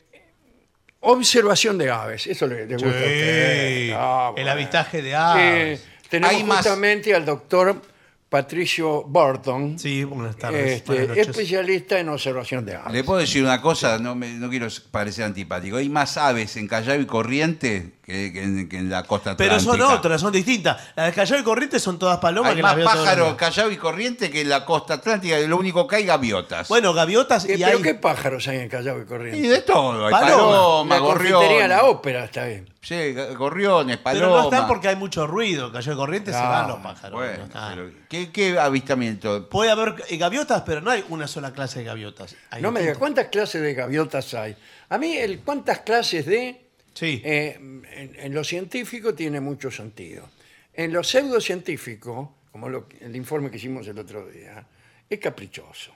Observación de aves. Eso le, le gusta a
Sí.
usted. Ah,
El
bueno.
avistaje de
Eh,
aves.
tenemos
Hay más.
justamente al doctor Patricio Burton,
Sí, buenas tardes.
este,
buenas noches.
especialista en observación de
Le
aves.
puedo decir una cosa, no, me- no quiero parecer antipático. Hay más aves en Callao y Corrientes que, que en, que en la costa
Pero
atlántica.
son otras, son distintas. Las de Callao y Corrientes son todas palomas
Hay
que
más
las veo todos los
pájaros en
días.
Callao y Corrientes que en la costa atlántica. Lo único que hay gaviotas.
Bueno, gaviotas
Eh,
y
¿Pero
hay...
qué pájaros hay en Callao y
y
Corrientes?
de todo. Hay
Paloma.
palomas,
la confitería
gorriones.
La Ópera está bien.
Sí, ga- gorriones, palomas.
Pero no están porque hay mucho ruido. Callao y Corrientes se
Ah,
van los pájaros. no
Bueno,
están.
pero ¿qué, qué avistamiento?
Puede haber eh, gaviotas, pero no hay una sola clase de gaviotas. Hay
No me digas,
distintas.
¿cuántas clases de gaviotas hay? A mí, el, ¿cuántas clases de...?
Sí.
eh, en, en lo científico tiene mucho sentido. En lo pseudocientífico, como lo- el informe que hicimos el otro día, es caprichoso.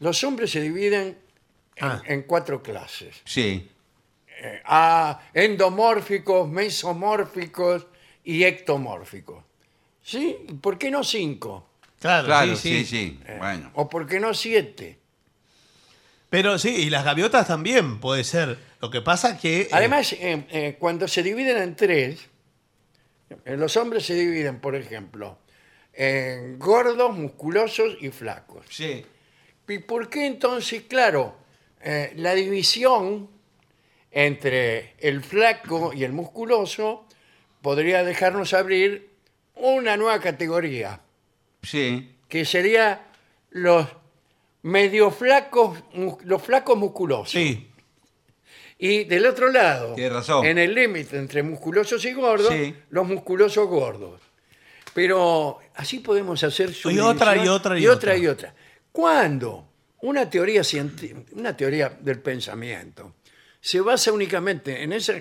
Los hombres se dividen en,
Ah.
en cuatro clases.
Sí.
Eh, a endomórficos, mesomórficos y ectomórficos. ¿Sí? ¿Por qué no cinco?
Claro,
Claro,
sí, sí,
Eh.
Bueno.
¿O por qué no siete?
Pero sí, y las gaviotas también puede ser. Lo que pasa que... eh,
Además, eh, eh, cuando se dividen en tres, eh, los hombres se dividen, por ejemplo, en gordos, musculosos y flacos.
Sí.
¿Y por qué entonces, claro, eh, la división entre el flaco y el musculoso podría dejarnos abrir una nueva categoría,
Sí.
que sería los medio flacos, mus- los flacos musculosos.
sí.
Y del otro lado,
Tiene razón.
en el límite entre musculosos y gordos,
Sí.
los musculosos gordos. Pero así podemos hacer su
Y otra, y otra, y
y otra
otra.
y otra. ¿Cuándo una teoría cienti- una teoría del pensamiento se basa únicamente en esa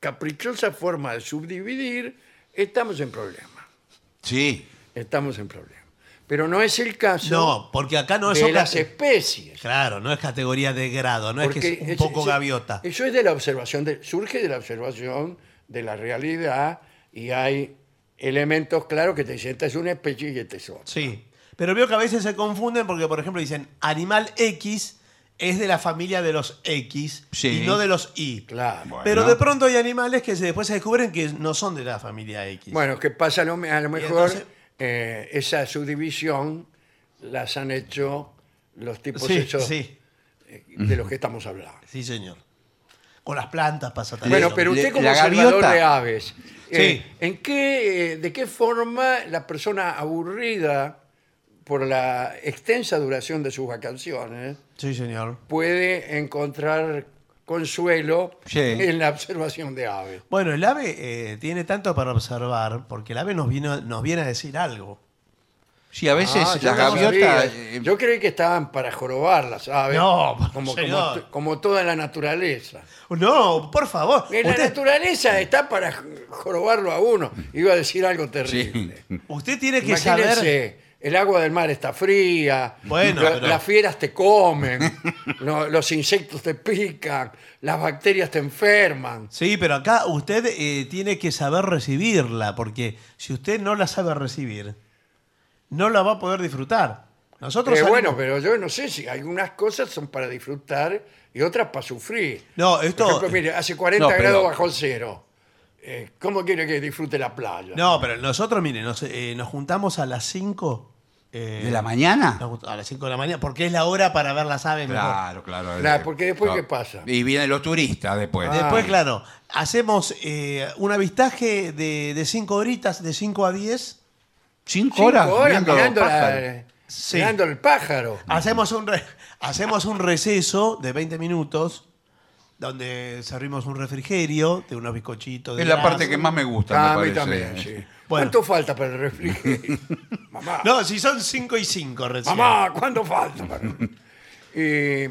caprichosa forma de subdividir, estamos en problema.
Sí.
Estamos en problema. Pero no es el caso
No, porque acá no es...
de
otra- eh,
las especies.
Claro, no es categoría de grado, no es que es un
es-
poco
es-
gaviota.
Eso eh, es de la observación, de- surge de la observación de la realidad y hay elementos claros que te dicen, esta es una especie y esta es otra.
Sí. Pero veo que a veces se confunden porque, por ejemplo, dicen animal X es de la familia de los X
Sí.
y no de los Y.
Claro. Bueno.
Bueno.
Pero de pronto hay animales que se- después se descubren que no son de la familia X.
que pasa lo me- a lo mejor
entonces-
eh, esa subdivisión las han hecho los tipos
sí,
esos
sí,
eh, de los que estamos hablando.
sí, señor. Con las plantas pasa también.
Bueno,
lo
pero
mismo.
usted
le-
como
la
observador
gaviota-
de aves, eh,
Sí.
¿en qué, eh, ¿de qué forma la persona aburrida por la extensa duración de sus vacaciones
Sí, señor.
puede encontrar consuelo
Sí.
en la observación de aves.
Bueno, el ave eh, tiene tanto para observar porque el ave nos, vino, nos viene a decir algo.
Sí, a veces
Ah, yo
las
no
gaviotas.
sabía.
eh,
yo creí que estaban para jorobar las aves.
No,
como, como,
señor.
to- como toda la naturaleza.
No, por favor.
Eh, La
Usted,
naturaleza está para jorobarlo a uno. Iba a decir algo terrible.
usted tiene que
Imagínense,
saber.
el agua del mar está fría,
Bueno,
la-
pero-
las fieras te comen, lo- los insectos te pican, las bacterias te enferman.
Sí, pero acá usted eh, tiene que saber recibirla, porque si usted no la sabe recibir, no la va a poder disfrutar. Nosotros.
Eh,
salimos-
bueno, pero yo no sé si algunas cosas son para disfrutar y otras para sufrir.
No,
Por
esto.
ejemplo, mire, hace 40
No, pero-
grados bajo cero. Eh, ¿Cómo quiere que disfrute la playa?
No, pero nosotros, mire, nos, eh, nos juntamos a las 5. eh,
¿De la mañana?
nos juntamos A las 5 de la mañana, porque es la hora para ver las aves mejor.
Claro, claro.
Claro,
eh,
porque después,
no.
¿qué pasa?
Y vienen los turistas después.
Ah.
Después, claro, hacemos eh, un avistaje de 5 horitas, de 5 a 10.
Cinco,
Cinco
horas, mirando
mirando, la-
pájaros.
Sí.
mirando el pájaro.
Hacemos un, re- hacemos un receso de 20 minutos donde servimos un refrigerio de unos bizcochitos. De
Es la
grasa.
parte que más me gusta.
Ah,
me
a mí
parece. eh.
también, sí.
Bueno.
¿Cuánto falta para el refrigerio? Mamá.
No, si son 5 y 5 recién.
Mamá, ¿cuánto falta? para-? Eh,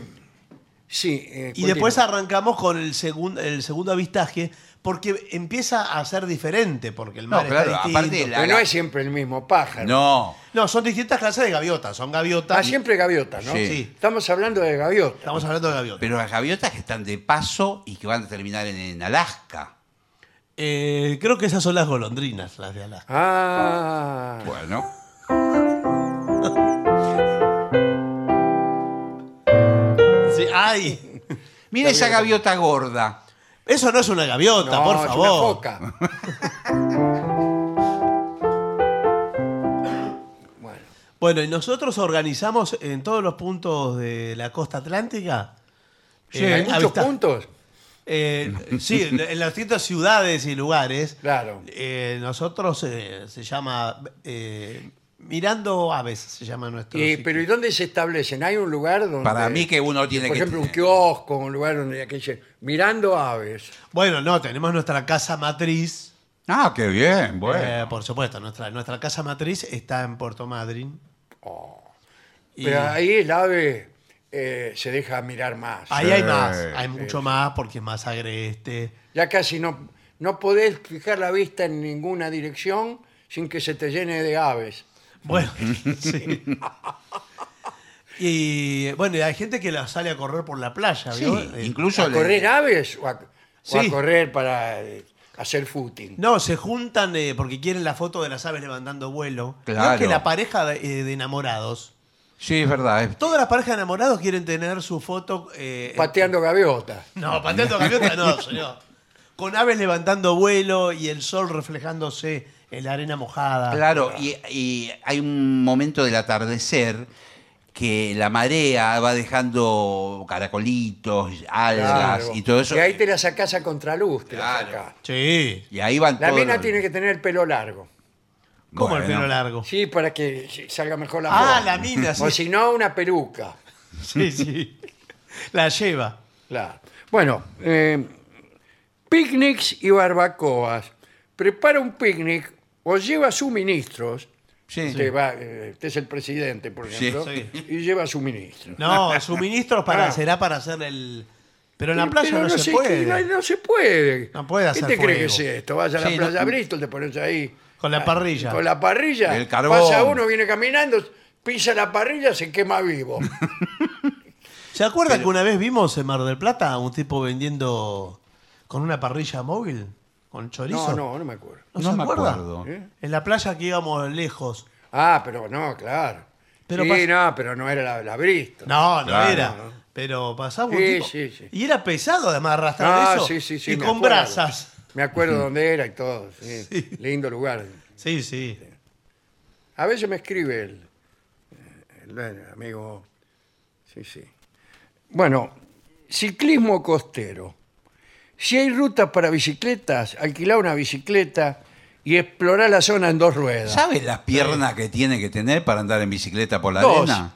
sí. eh,
Y
continúe.
después arrancamos con el, segun- el segundo avistaje porque empieza a ser diferente, porque el
No,
mar
claro,
está
aparte
distinto.
la-
Pero no es siempre el mismo pájaro.
No.
No, son distintas clases de gaviotas, son gaviotas.
Ah, siempre gaviota, ¿no?
Sí.
Estamos hablando de gaviota.
Estamos hablando de gaviotas.
Pero las gaviotas que están de paso y que van a terminar en, en Alaska.
Eh, creo que esas son las golondrinas, las de Alaska.
Ah.
Bueno.
Sí, ¡Ay!
Mira esa gaviota gorda.
Eso no es una gaviota,
No,
por
es
favor.
una foca. bueno,
Bueno, y nosotros organizamos en todos los puntos de la costa atlántica.
sí,
eh,
hay muchos
avista-
puntos.
eh, sí, en- en las distintas ciudades y lugares.
Claro.
Eh, nosotros eh, se llama eh, Mirando Aves, se llama nuestro.
Y,
sitio.
Eh, pero ¿y dónde se establecen? ¿Hay un lugar donde.?
Para mí que uno tiene
Por
que
ejemplo, un
tener.
kiosco, un lugar donde aquí dice, mirando aves.
Bueno, no, tenemos nuestra casa matriz.
Ah, qué bien,
eh,
bueno.
por supuesto, nuestra, nuestra casa matriz está en Puerto Madryn. Y
Pero ahí el ave eh, se deja mirar más.
ahí
Sí,
hay más, hay
sí,
mucho más porque es más agreste.
Ya casi no, no podés fijar la vista en ninguna dirección sin que se te llene de aves.
Bueno, sí. Y bueno, y hay gente que la sale a correr por la playa,
Sí,
¿vio? Eh,
incluso
¿A
le-
correr ¿ah? aves o a, o a
Sí.
correr para eh, hacer footing?
No, se juntan eh, porque quieren la foto de las aves levantando vuelo. No
Claro.
es que la pareja de, eh, de enamorados.
Sí, es verdad. es-
Todas las parejas de enamorados quieren tener su foto. eh,
Pateando gaviotas.
No, pateando gaviota no, señor. Con aves levantando vuelo y el sol reflejándose en la arena
Ah,
mojada.
Claro, y, y hay un momento del atardecer que la marea va dejando caracolitos, algas
Claro.
y todo eso.
Y ahí te la sacás a contraluz. te la
Claro.
sacás.
Sí.
y ahí van
La
todos
mina
los-
tiene que tener el pelo largo.
¿Cómo el
Bueno.
pelo largo?
Sí, para que salga mejor la
Ah,
foto.
la mina, sí.
O si no, una peluca.
Sí, sí. La lleva.
Claro. Bueno, eh, picnics y barbacoas. Prepara un picnic o lleva suministros.
Sí.
Usted, va, eh, usted es el presidente, por
Sí.
ejemplo,
Sí.
y lleva suministros.
No, suministros para,
Ah.
será para hacer el. Pero en la
Pero
playa no, se
sé,
puede.
No, no se puede.
No puede
¿Qué
hacer
te cree
fuego.
que es esto? Vas a la
Sí, no-
playa Bristol, te pones ahí.
Con la
ah,
parrilla.
Con la parrilla.
El carbón.
Pasa uno, viene caminando, pisa la parrilla, se quema vivo.
¿Se acuerda que una vez vimos en Mar del Plata a un tipo vendiendo con una parrilla móvil? ¿Con
No,
chorizo?
no, no me acuerdo.
¿No,
No
se
me
acuerda?
acuerdo.
¿Eh?
En la playa que íbamos lejos.
Ah, pero no, claro.
Pero
sí,
pas-
no, pero no era la, la Bristol.
No, no
Claro.
era. Pero pasaba un
Sí,
tipo-
sí, sí.
Y era pesado además arrastrar
Ah,
eso.
sí, sí, sí.
y
me
con
acuerdo.
brasas.
Me acuerdo dónde era y todo. sí. Lindo lugar.
Sí, sí.
A veces me escribe el,
Eh,
el- el amigo. Sí, sí. Bueno, ciclismo costero. Si hay rutas para bicicletas, alquila una bicicleta y explora la zona en dos ruedas.
¿Sabes las piernas que tiene que tener para andar en bicicleta por la
Dos.
arena?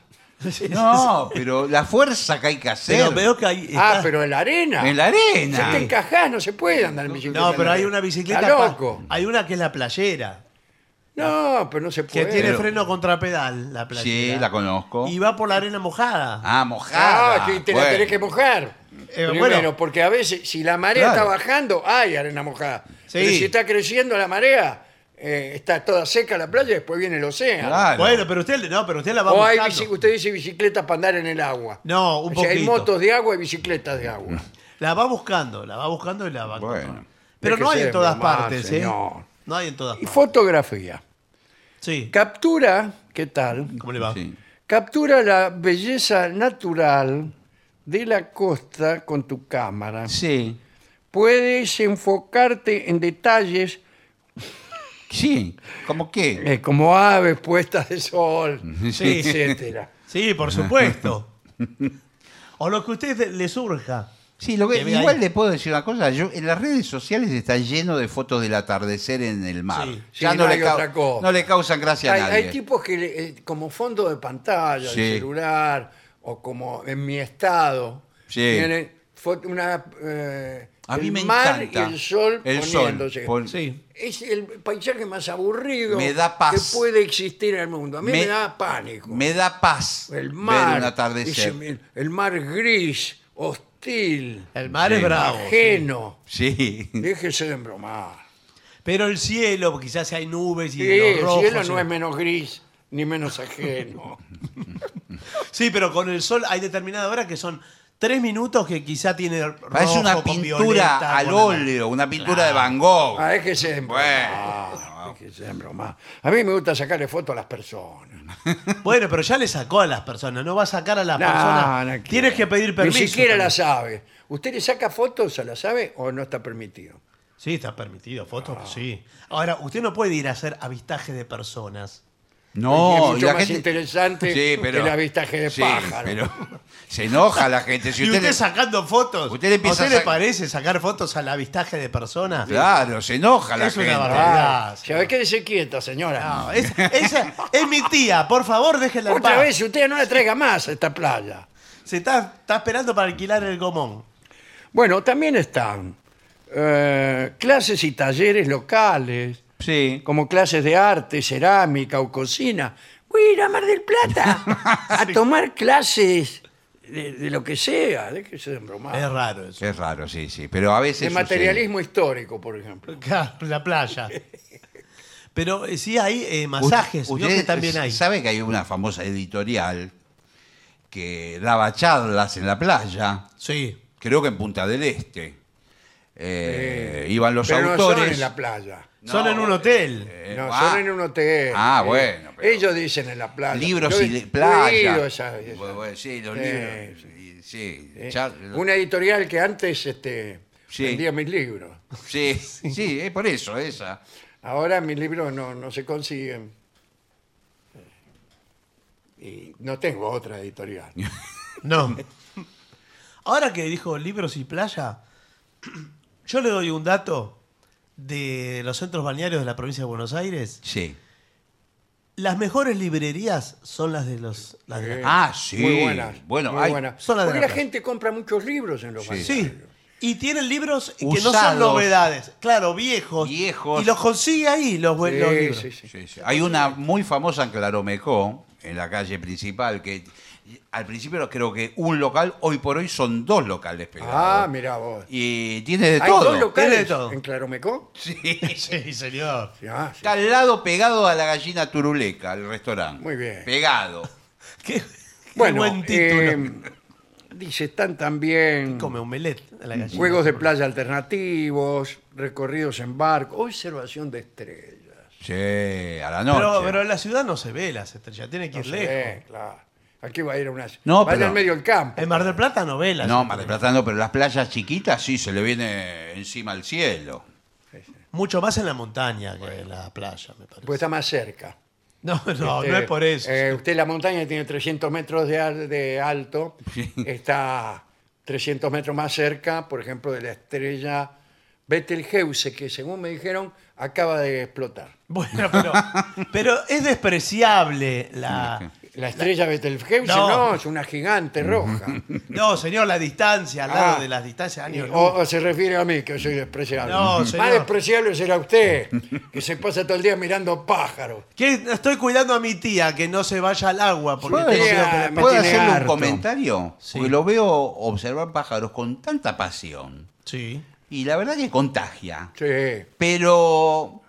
No, pero la fuerza que hay que hacer
Pero veo que hay.
Ah,
está-
pero en la arena.
en la arena.
Si te encajás, no se puede andar en bicicleta.
No, pero hay una bicicleta. pa-
Está loco.
Hay una que es la playera.
No, pero no se
Que
puede.
tiene
Pero-
freno contra pedal, la playa.
Sí, la conozco.
Y va por la arena mojada.
Ah,
Ah,
mojada.
que te la
bueno.
tenés que mojar.
Eh,
Primero,
bueno.
porque a veces, si la marea
Claro.
está bajando, hay arena mojada.
Sí.
Pero si está creciendo la marea, eh, está toda seca la playa y después viene el océano.
Claro.
Bueno, pero usted, no, pero usted la va
o Oh, hay, bici-
buscando.
usted dice bicicleta para andar en el agua.
No, un
o sea, hay
poquito.
motos de agua y bicicletas de agua.
La va buscando, la va buscando y la va
Bueno.
encontrando. Pero
Es que
no hay
se
en todas
desmama,
partes, ¿eh?
señor.
No hay en todas
Y
partes.
fotografía.
Sí.
Captura, ¿qué tal?
¿Cómo le va?
Sí.
Captura la belleza natural de la costa con tu cámara.
Sí.
Puedes enfocarte en detalles
Sí. ¿Cómo qué?
Eh, como aves puestas de sol,
Sí.
etcétera.
Sí, por supuesto. o lo que a usted le surja.
Sí, lo que,
Que ve
igual
ahí.
le puedo decir una cosa. Yo, en las redes sociales está lleno de fotos del atardecer en el mar.
Sí.
Sí, no hay
le cau-
otra cosa.
no le causan
Hay,
gracia a nadie.
hay tipos que le- eh, como fondo de pantalla,
Sí.
de celular, o como en mi estado,
Sí.
tienen fo- una, eh,
a mí
el
me
mar
encanta.
y el sol
El sol,
poniéndose.
pon-
Sí.
es el paisaje más aburrido
Me da paz.
que puede existir en el mundo. A mí me,
Me-
da pánico.
Me da paz
el mar,
ver un atardecer.
ese- el, el mar gris, hostil,
El mar es
Sí.
bravo.
ajeno.
Sí.
Déjese de embromar.
Pero el cielo, quizás hay nubes y
Sí,
los
el
rojos.
cielo
sí.
no es menos gris ni menos ajeno.
Sí, pero con el sol hay determinadas horas que son tres minutos que quizá tiene rojo,
Parece una
con
pintura
violeta,
al
con-
óleo, una pintura de Van Gogh.
Ah, es que se embromar,
Bueno.
es que se embromar. A mí me gusta sacarle fotos a las personas.
Bueno, pero ya le sacó a las personas, no va a sacar a las
No,
personas.
no quiero.
Tienes que pedir permiso.
Ni siquiera
también.
las aves. ¿Usted le saca fotos a la ave o no está permitido?
Sí, está permitido, fotos,
Ah.
sí. Ahora, usted no puede ir a hacer avistaje de personas.
Y es
No,
mucho
la
más
gente-
interesante
Sí, pero-
el avistaje de
sí,
pájaros.
pero se enoja la gente. Si
y
usted
usted
le-
sacando fotos.
Usted le empieza
¿A
a
usted le
sac-
parece sacar fotos al avistaje de personas?
Claro, se enoja la
Es una
gente.
barbaridad.
Ah,
Gracias.
¿Sabe qué? Se quieta, señora.
No, es, esa es mi tía, por favor, déjenla en
Otra
paz.
vez, usted no la traiga más a esta playa.
Se está, está esperando para alquilar el gomón.
Bueno, también están eh, clases y talleres locales,
Sí.
como clases de arte, cerámica o cocina. Voy a ir a Mar del Plata a tomar clases de, de lo que sea, de que se
Es
bromar.
raro eso.
Es raro, sí, sí. Pero a veces.
De
sucede.
materialismo histórico, por ejemplo.
Claro, la playa. Pero eh, sí hay eh, masajes,
U-
vio
usted
que también hay.
Sabe que hay una famosa editorial que daba charlas en la playa,
Sí.
creo que en Punta del Este. Eh, iban los
Pero no son
autores.
en la playa.
No,
Son en un hotel.
eh,
no,
ah,
son en un hotel.
Ah,
sí.
bueno, pero-
Ellos dicen en la playa.
libros
Yo he-
y de-
yo he
playa.
ido a esa- esa-
Bueno, bueno, sí, los
Sí, Eh,
libros. y- Sí, char-
Una editorial que antes este,
Sí.
vendía mis libros.
sí, sí, es por eso, esa.
Ahora mis libros no, no se consiguen. Eh, Y no tengo otra editorial.
No. Ahora que dijo libros y playa, yo le doy un dato de los centros balnearios de la provincia de Buenos Aires.
Sí.
Las mejores librerías son las de los. las de la-
Ah, sí.
Eh, Muy buenas.
Bueno,
muy
hay-
buenas.
son las de
Porque
la
la
playa.
gente compra muchos libros en los
Sí.
balnearios.
sí. Y tienen libros que no son
Usados.
novedades. Claro, viejos.
Viejos.
Y los consigue ahí, Pues los
Sí,
buenos libros.
sí, sí.
Sí, sí. Hay una muy famosa en Claromecó, en la calle principal, que al principio creo que un local, hoy por hoy son dos locales pegados.
Ah, mira vos.
y tiene de
¿Hay
todo.
dos locales
tiene de todo.
en Claromecó?
Sí.
Sí, señor.
Sí, ah, sí.
Está al lado pegado a la gallina turuleca, el restaurante.
Muy bien.
Pegado.
Qué, qué
Bueno,
buen título.
eh, dice, están también
Come omelette a la gallina.
juegos de playa alternativos, recorridos en barco, observación de estrellas.
Sí, a la noche.
Pero, pero en la ciudad no se ve las estrellas, tiene que ir
No se
lejos.
ve, claro. Aquí va a ir a unas.
No,
va a ir
pero-
al medio del campo.
En Mar del Plata no ve las
no,
estrellas.
Mar del Plata no, pero las playas chiquitas sí se le viene encima al cielo.
Mucho más en la montaña que en la playa, me parece.
Pues está más cerca.
no, no,
Este,
no es por eso.
eh, usted la montaña tiene 300 metros de, al- de alto. Está 300 metros más cerca, por ejemplo, de la estrella Betelgeuse, que según me dijeron, acaba de explotar.
Bueno, pero, pero es despreciable la.
La estrella Betelgeuse
No.
no. es una gigante roja.
No, señor, la distancia, al lado
Ah. oh,
de las distancias de años.
O, o se refiere a mí, que soy despreciable.
No, señor.
Más despreciable será usted, que se pasa todo el día mirando pájaros.
Que estoy cuidando a mi tía que no se vaya al agua porque
¿Puedo,
tengo
decir-
miedo que la-
me
¿puedo
tiene
hacerle un
harto.
comentario?
Sí.
Porque lo veo observar pájaros con tanta pasión.
Sí.
Y la verdad que contagia.
Sí.
Pero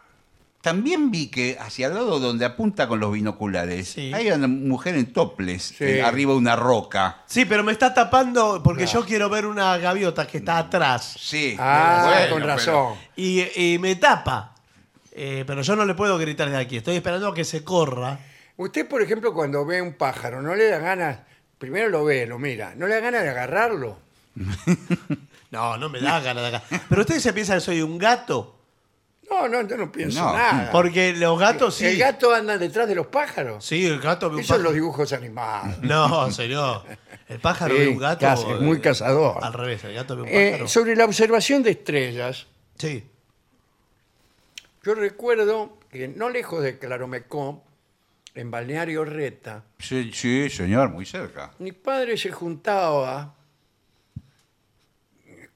también vi que hacia el lado donde apunta con los binoculares
Sí.
hay una mujer en toples
Sí.
eh, arriba de una roca.
Sí, pero me está tapando porque yo quiero ver una gaviota que
Mm.
está atrás.
Sí.
Ah,
Bueno,
con
pero-
razón.
Y, y me tapa. Eh, pero yo no le puedo gritar de aquí. Estoy esperando a que se corra.
Usted, por ejemplo, cuando ve un pájaro, ¿no le da ganas? Primero lo ve, lo mira. ¿No le da ganas de agarrarlo?
No, no me da ganas de acá. Pero ustedes se piensan que soy un gato.
No, no, yo no pienso
No,
nada.
Porque los gatos sí.
El gato anda detrás de los pájaros.
Sí, el gato ve un
Esos son
pájaro.
los dibujos animados.
No, señor. El pájaro
Sí,
ve un gato.
caza- es muy
eh,
cazador.
Al revés, el gato ve un
Eh,
pájaro.
sobre la observación de estrellas,
Sí.
yo recuerdo que no lejos de Claromecó, en Balneario Reta,
Sí, sí, señor, muy cerca.
mi padre se juntaba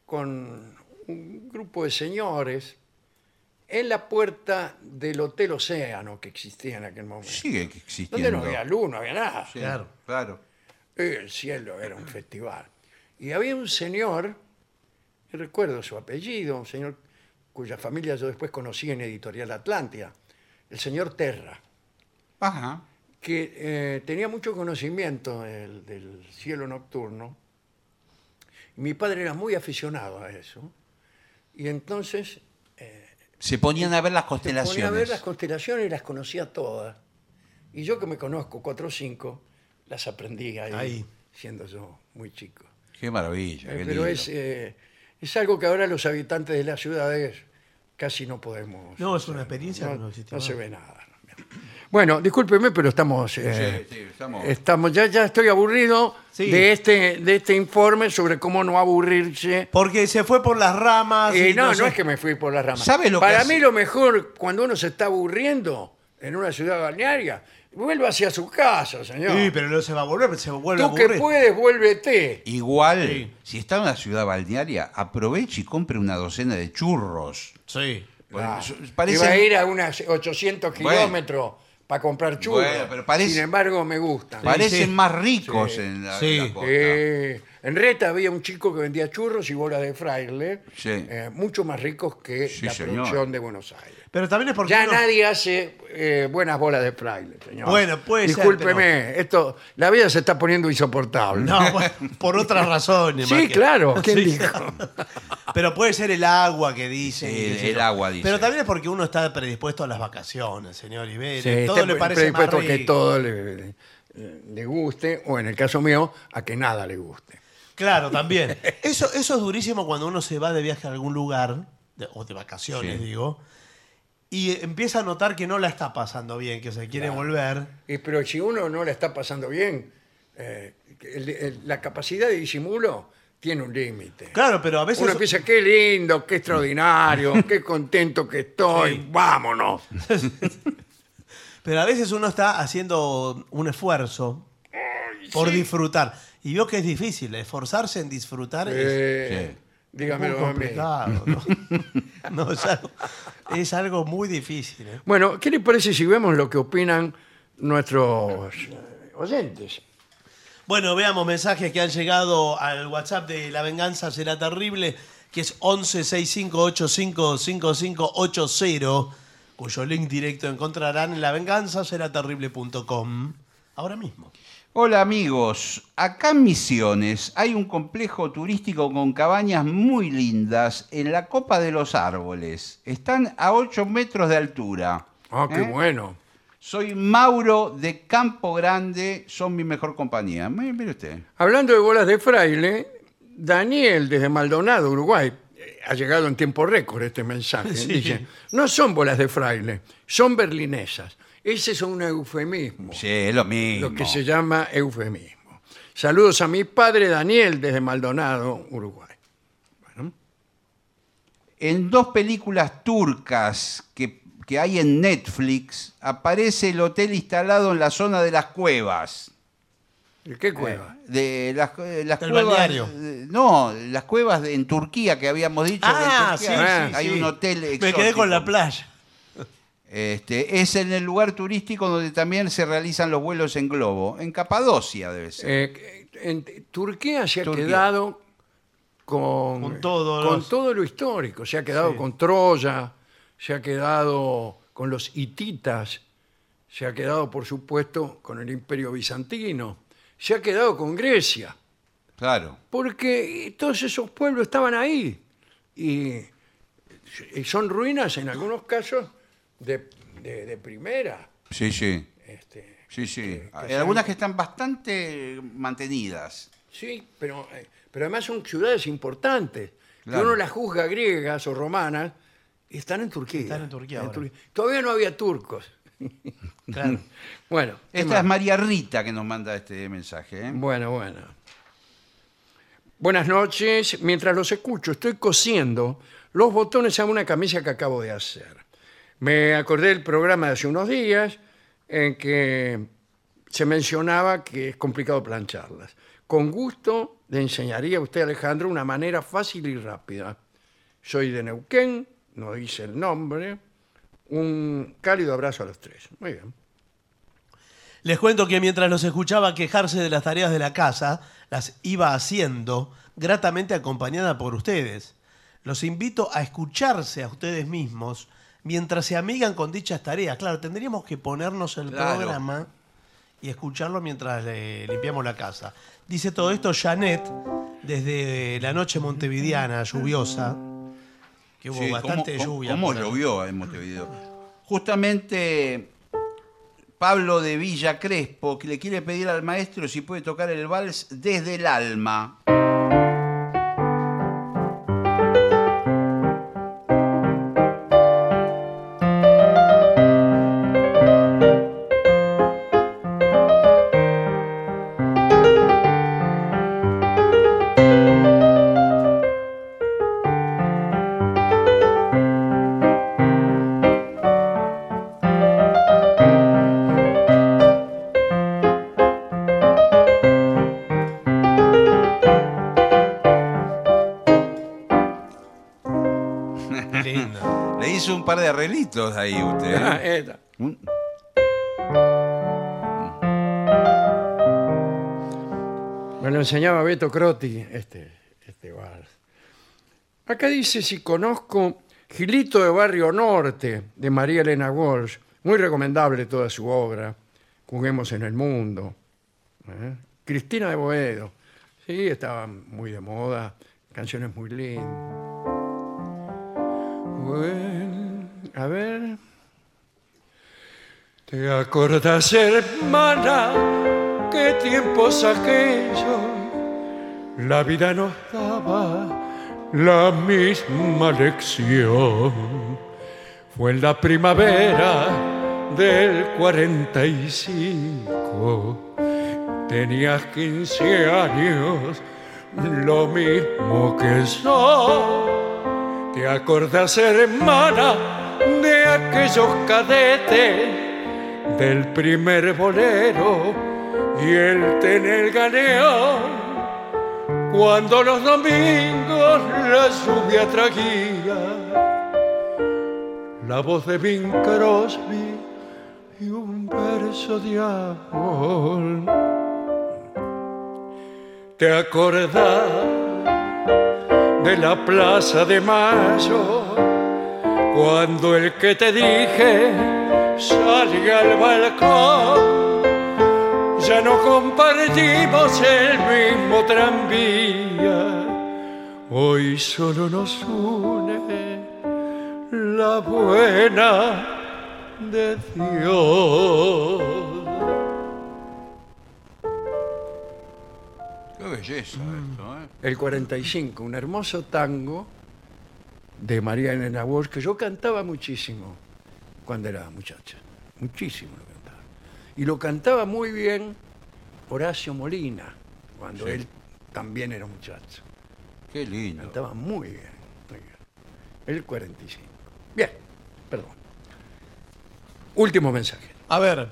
con un grupo de señores en la puerta del Hotel Océano que existía en aquel momento.
Sigue
donde
existiendo.
no había luz, no había nada.
Sí,
Claro.
claro.
El cielo era un festival. Y había un señor, no recuerdo su apellido, un señor cuya familia yo después conocí en Editorial Atlántida, el señor Terra,
Ajá.
que eh, tenía mucho conocimiento del, del cielo nocturno. Y mi padre era muy aficionado a eso. Y entonces
Se ponían a ver las
ponía a
constelaciones.
ver las constelaciones y las conocía todas. Y yo que me conozco, cuatro o cinco, las aprendí ahí,
Ahí.
siendo yo muy chico.
Qué maravilla.
Eh,
qué
pero
lindo.
es, eh, es algo que ahora los habitantes de las ciudades casi no podemos.
No, es una experiencia
No,
que no existe
no
más.
se ve nada. Bueno, discúlpeme, pero estamos. eh,
Sí, sí, estamos-
Estamos, ya, ya estoy aburrido
Sí.
de este de este informe sobre cómo no aburrirse.
Porque se fue por las
Ah,
ramas.
Eh,
y
no, no,
sé-
es que me fui por las ramas.
¿Sabe lo que
Para
hace?
mí lo mejor cuando uno se está aburriendo en una ciudad balnearia, vuelva hacia su casa, señor.
Sí, pero no se va a volver, se vuelve a
Tú que
aburrir.
puedes, vuélvete.
Igual,
Sí.
si está en una ciudad balnearia, aproveche y compre una docena de churros.
Sí.
Porque
Ah,
so- parecen-
Iba a ir a unas 800
Bueno.
kilómetros para comprar churros.
Bueno, pero parece-
Sin embargo, me gusta.
parecen
sí.
más ricos en la,
Sí.
la costa.
Eh, en Reta había un chico que vendía churros y bolas de fraile,
Sí.
eh, mucho más ricos que
Sí,
la
señor.
producción de Buenos Aires.
Pero también es porque.
Ya
uno-
nadie hace eh, buenas bolas de fraile, señor.
Bueno, puede ser,
Discúlpeme, esto, la vida se está poniendo insoportable.
No, bueno, por otras razones.
sí,
más que-
claro. ¿Quién
Sí.
dijo?
Pero puede ser el agua que dice.
Sí,
qué sé
el
yo.
agua dice.
Pero también es porque uno está predispuesto a las vacaciones, señor Iberia.
Sí,
todo
está
le
pre-
parece más
predispuesto
rico.
a que todo le, le- le guste, o en el caso mío, a que nada le guste.
Claro, también. Eso, eso es durísimo cuando uno se va de viaje a algún lugar, de- o de vacaciones,
Sí.
digo, y empieza a notar que no la está pasando bien, que se quiere volver.
Y, Eh, pero si uno no la está pasando bien, eh, el- el- la capacidad de disimulo tiene un límite.
Claro, pero a veces.
Uno piensa, qué lindo, qué extraordinario, qué contento que estoy,
Sí.
vámonos.
Pero a veces uno está haciendo un esfuerzo por disfrutar. Y veo que es difícil, esforzarse en disfrutar es
Eh,
Sí.
muy
Dígamelo a mí.
complicado. ¿no? No, es, algo, es algo muy difícil. ¿eh?
Bueno, ¿qué les parece si vemos lo que opinan nuestros eh, oyentes?
Bueno, veamos mensajes que han llegado al WhatsApp de La Venganza Será Terrible, que es 1165855580, cuyo link directo encontrarán en lavenganzaseraterrible.com ahora mismo.
Hola amigos, acá en Misiones hay un complejo turístico con cabañas muy lindas en la copa de los árboles. Están a 8 metros de altura.
Ah, qué
¿Eh?
bueno.
Soy Mauro de Campo Grande, son mi mejor compañía. Mi- Mire usted.
Hablando de bolas de fraile, Daniel desde Maldonado, Uruguay, eh, ha llegado en tiempo récord este mensaje.
Sí.
Dice, no son bolas de fraile, son berlinesas. Ese es un eufemismo,
Sí, es lo mismo.
lo que se llama eufemismo. Saludos a mi padre Daniel desde Maldonado, Uruguay.
En dos películas turcas que, que hay en Netflix aparece el hotel instalado en la zona de las cuevas.
¿De qué cueva?
De las, eh, las
Del
cuevas.
balneario.
eh, No, las cuevas de- en Turquía que habíamos dicho. que en
Ah, sí,
Turquía
sí,
Hay
sí.
un hotel
Me quedé con la
plata.
playa.
Este, es en el lugar turístico donde también se realizan los vuelos en globo. En Capadocia debe ser.
Eh, en Turquía se ha
Turquía.
quedado con,
Con todo
con
los-
todo lo histórico. Se ha quedado con Troya, se ha quedado con los hititas, se ha quedado, por supuesto, con el imperio bizantino, se ha quedado con Grecia,
Claro.
porque todos esos pueblos estaban ahí. Y, y son ruinas, en algunos casos, de, de- de primera.
Sí, sí.
Este,
Sí, sí.
Eh,
Hay algunas que están bastante mantenidas.
Sí, pero, eh, pero además son ciudades importantes. que
Claro.
uno las juzga griegas o romanas y están en Turquía.
Están en Turquía ahora.
Todavía no había turcos.
Claro.
Bueno, ¿qué
Esta
más?
es María Rita que nos manda este mensaje. ¿eh?
bueno, bueno. Buenas noches. Mientras los escucho, estoy cosiendo los botones a una camisa que acabo de hacer. Me acordé del programa de hace unos días en que se mencionaba que es complicado plancharlas. Con gusto le enseñaría a usted, Alejandro, una manera fácil y rápida. Soy de Neuquén, no dice el nombre. Un cálido abrazo a los tres. Muy bien.
Les cuento que mientras los escuchaba quejarse de las tareas de la casa, las iba haciendo, gratamente acompañada por ustedes. Los invito a escucharse a ustedes mismos mientras se amigan con dichas tareas. Claro, tendríamos que ponernos el
Claro.
programa y escucharlo mientras eh, limpiamos la casa. Dice todo esto Janet desde la noche montevideana lluviosa, que hubo
Sí, ¿cómo-
bastante
cómo-
lluvia.
¿Cómo
por allá.
llovió en Montevideo? Justamente Pablo de Villa Crespo que le quiere pedir al maestro si puede tocar el vals desde el alma. un par de arreglitos ahí usted. ¿eh?
Ah, esta.
Un-
Me lo enseñaba Beto Crotti, este, este bar. Acá dice si conozco Gilito de Barrio Norte, de María Elena Walsh. Muy recomendable toda su obra. Juguemos en el mundo. ¿Eh? Cristina de Boedo. Sí, estaba muy de moda. Canciones muy lindas. Bueno, a ver. ¿Te acordás, hermana, qué tiempos aquellos? La vida nos daba la misma lección. Fue en la primavera del 45. Tenías 15 años, lo mismo que yo. ¿Te acordás, hermana, de aquellos cadetes, del primer bolero y el tener galeón? Cuando los domingos la lluvia traía la voz de Bing Crosby y un verso de amor. ¿Te acordás? de la Plaza de Mayo, cuando el que te dije salga al balcón, ya no compartimos el mismo tranvía, hoy solo nos une la buena de Dios.
Qué belleza esto, ¿eh?
El 45, un hermoso tango de María Elena Walsh que yo cantaba muchísimo cuando era muchacha. Muchísimo lo cantaba. Y lo cantaba muy bien Horacio Molina, cuando
Sí.
él también era muchacho.
Qué lindo.
Cantaba muy bien. muy bien. El 45. Bien, perdón. Último mensaje.
A ver,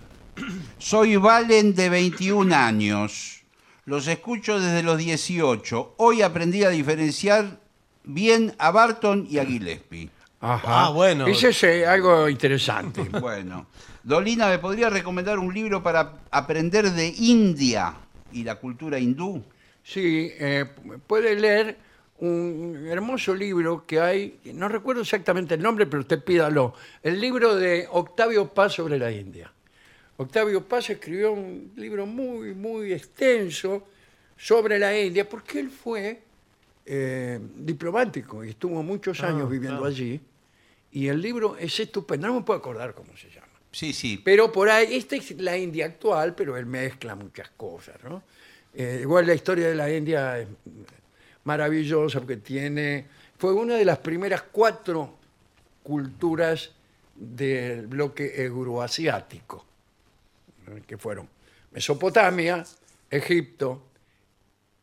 Soy Valen de 21 años. Los escucho desde los 18. Hoy aprendí a diferenciar bien a Barton y a Gillespie.
Ajá.
Ah, bueno.
Ese es eh, algo interesante.
Bueno, Dolina, ¿me podría recomendar un libro para aprender de India y la cultura hindú?
Sí, eh, puede leer un hermoso libro que hay, no recuerdo exactamente el nombre, pero usted pídalo. El libro de Octavio Paz sobre la India. Octavio Paz escribió un libro muy, muy extenso sobre la India, porque él fue eh, diplomático y estuvo muchos años viviendo allí. Y el libro es estupendo, no me puedo acordar cómo se llama.
Sí, sí.
Pero por ahí, esta es la India actual, pero él mezcla muchas cosas, ¿no? Eh, igual la historia de la India es maravillosa porque tiene. Fue una de las primeras cuatro culturas del bloque euroasiático, ¿no? que fueron Mesopotamia, Egipto,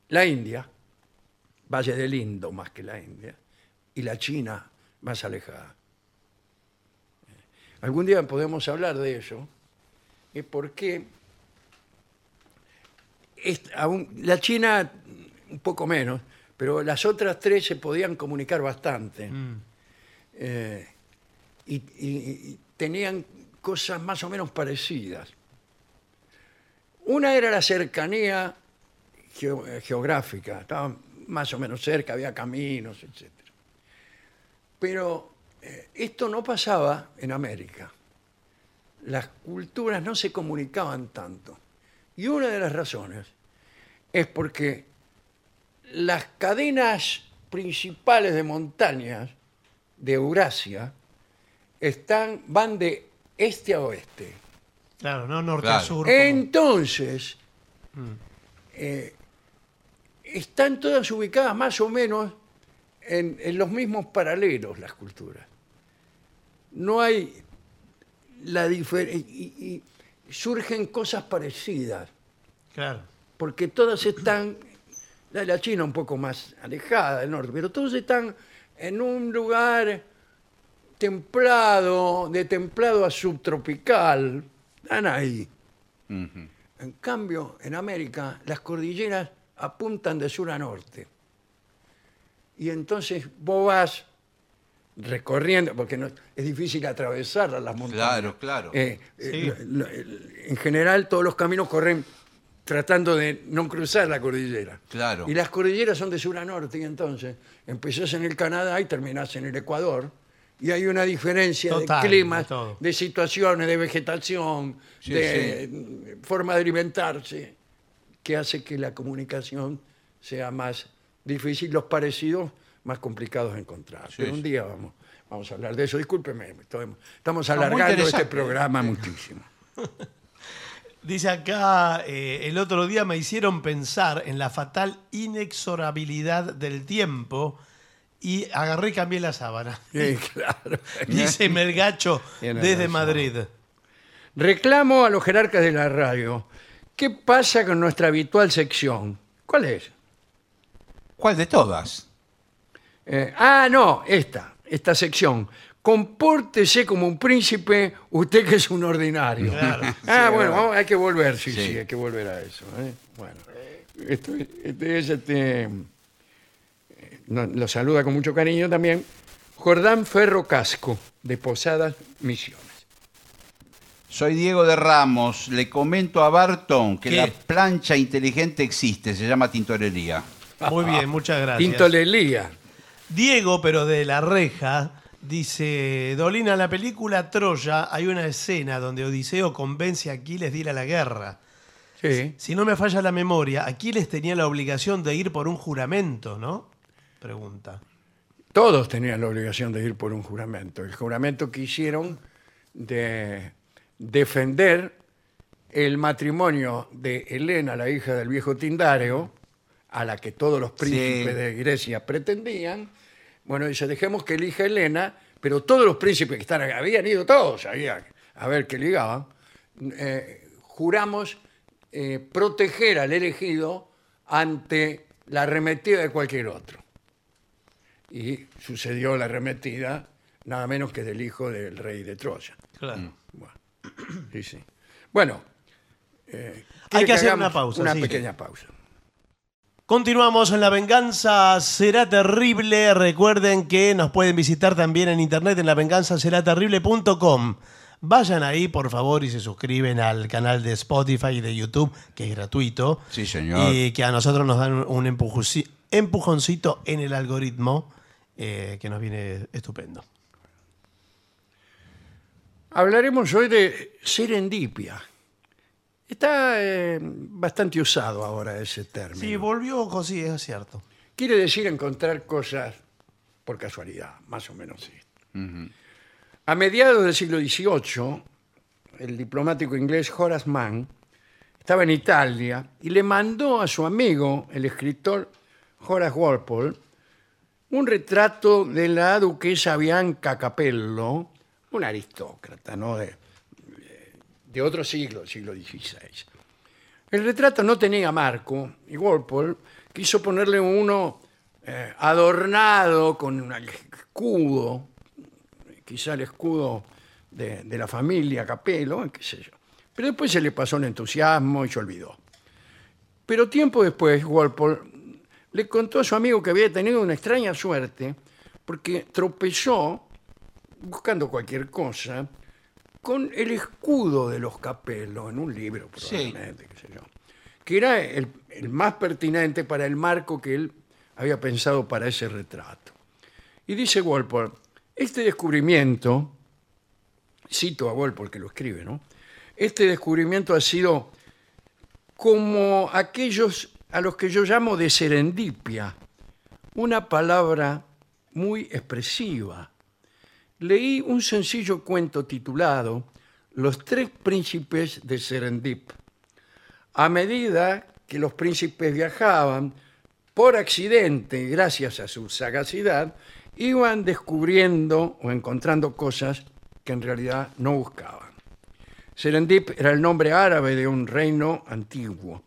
la India, Valle del Indo más que la India, y la China más alejada. Algún día podemos hablar de eso, es porque es- aún- la China un poco menos, pero las otras tres se podían comunicar bastante. Eh, y, y- y tenían cosas más o menos parecidas. Una era la cercanía geo- eh, geográfica, estaban más o menos cerca, había caminos, etc. Pero eh, esto no pasaba en América. Las culturas no se comunicaban tanto. Y una de las razones es porque las cadenas principales de montañas de Eurasia están, van de este a oeste.
claro, no norte a
Claro.
sur. como-
Entonces, eh, están todas ubicadas más o menos en, en los mismos paralelos las culturas. No hay la diferencia. Y, y surgen cosas parecidas,
Claro.
porque todas están, la de la China un poco más alejada del norte, pero todas están en un lugar templado, de templado a subtropical. Están ahí.
Ujú.
En cambio, en América, las cordilleras apuntan de sur a norte. Y entonces vos vas recorriendo, porque no- es difícil atravesar las montañas.
Claro, claro.
Eh, eh,
Sí.
lo- lo- el- en general todos los caminos corren tratando de no cruzar la cordillera.
Claro.
Y las cordilleras son de sur a norte y entonces empezás en el Canadá y terminás en el Ecuador. Y hay una diferencia
Total,
de climas,
de todo.
de situaciones, de vegetación,
Sí,
de mm, forma de alimentarse, que hace que la comunicación sea más difícil, los parecidos más complicados de encontrar.
Sí,
Pero un
sí.
día vamos, vamos a hablar de eso. Discúlpeme, estoy- estamos
muy
alargando este
interesante.
programa muchísimo.
Dice acá, eh, el otro día me hicieron pensar en la fatal inexorabilidad del tiempo y agarré y cambié la sábana.
Sí, claro.
Dice Melgacho
Tiene
desde
razón.
Madrid.
Reclamo a los jerarcas de la radio. ¿Qué pasa con nuestra habitual sección? ¿Cuál es?
¿Cuál de todas?
Eh, ah, no, esta, esta sección. Compórtese como un príncipe, usted que es un ordinario.
Claro.
ah,
Sí,
bueno,
verdad.
hay que volver, sí, sí,
Sí.
hay que volver a eso. ¿eh? Bueno, esto, es- este es, este, eh, no- lo saluda con mucho cariño también Jordán Ferro Casco, de Posadas Misiones.
Soy Diego de Ramos. Le comento a Barton que
¿Qué?
la plancha inteligente existe. Se llama tintorería.
Muy bien, muchas gracias.
Tintolelía.
Diego, pero de la reja, dice, Dolina, en la película Troya hay una escena donde Odiseo convence a Aquiles de ir a la guerra.
Sí.
Si no me falla la memoria, Aquiles tenía la obligación de ir por un juramento, ¿no? Pregunta.
Todos tenían la obligación de ir por un juramento. El juramento que hicieron de defender el matrimonio de Helena, la hija del viejo Tindareo, a la que todos los príncipes
Sí.
de Grecia pretendían. Bueno, dice, dejemos que elija Helena, pero todos los príncipes que están acá, habían ido todos había- a ver qué ligaban, eh, juramos eh, proteger al elegido ante la arremetida de cualquier otro y sucedió la arremetida nada menos que del hijo del rey de Troya.
Claro.
Bueno, sí, sí. Bueno, eh,
Hay
¿quiere
que hacer
hagamos
una pausa,
Una
sí.
pequeña pausa.
Continuamos en La Venganza Será Terrible. Recuerden que nos pueden visitar también en internet en lavenganzaseraterrible.com. Vayan ahí, por favor, y se suscriben al canal de Spotify y de YouTube, que es gratuito.
Sí, señor.
Y que a nosotros nos dan un empujuci- empujoncito en el algoritmo, eh, que nos viene estupendo.
Hablaremos hoy de serendipia. Está eh, bastante usado ahora ese término.
Sí, volvió, sí, es cierto.
Quiere decir encontrar cosas por casualidad, más o menos sí. A mediados del siglo XVIII, el diplomático inglés Horace Mann estaba en Italia y le mandó a su amigo, el escritor Horace Walpole, un retrato de la duquesa Bianca Capello, una aristócrata, ¿no? De, de otro siglo, siglo XVI. El retrato no tenía marco y Walpole quiso ponerle uno eh, adornado con un escudo, quizá el escudo de, de la familia Capello, qué sé yo. Pero después se le pasó el entusiasmo y se olvidó. Pero tiempo después, Walpole le contó a su amigo que había tenido una extraña suerte porque tropezó, buscando cualquier cosa, con el escudo de los Capello en un libro,
Sí.
probablemente, qué sé yo, que era el, el más pertinente para el marco que él había pensado para ese retrato. Y dice Walpole, este descubrimiento, cito a Walpole que lo escribe, ¿no? Este descubrimiento ha sido como aquellos a los que yo llamo de serendipia, una palabra muy expresiva. Leí un sencillo cuento titulado Los tres príncipes de Serendip. A medida que los príncipes viajaban, por accidente, gracias a su sagacidad, iban descubriendo o encontrando cosas que en realidad no buscaban. Serendip era el nombre árabe de un reino antiguo.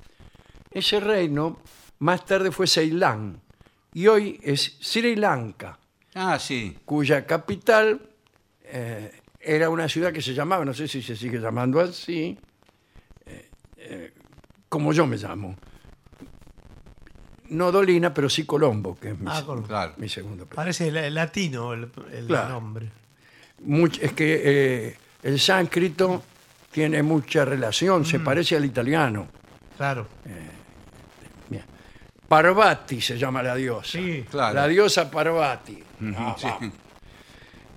Ese reino más tarde fue Ceilán y hoy es Sri Lanka,
Ah, sí.
cuya capital eh, era una ciudad que se llamaba, no sé si se sigue llamando así, eh, eh, como yo me llamo, no Dolina, pero sí Colombo, que es mi,
Ah, Colombo.
Claro.
mi segundo apellido.
Parece la- latino el, el
Claro.
nombre.
Much- es que eh, el sánscrito tiene mucha relación,
Mm.
se parece al italiano.
Claro.
Bien. Parvati se llama la diosa.
Sí.
Claro.
La diosa Parvati. Ah, vamos.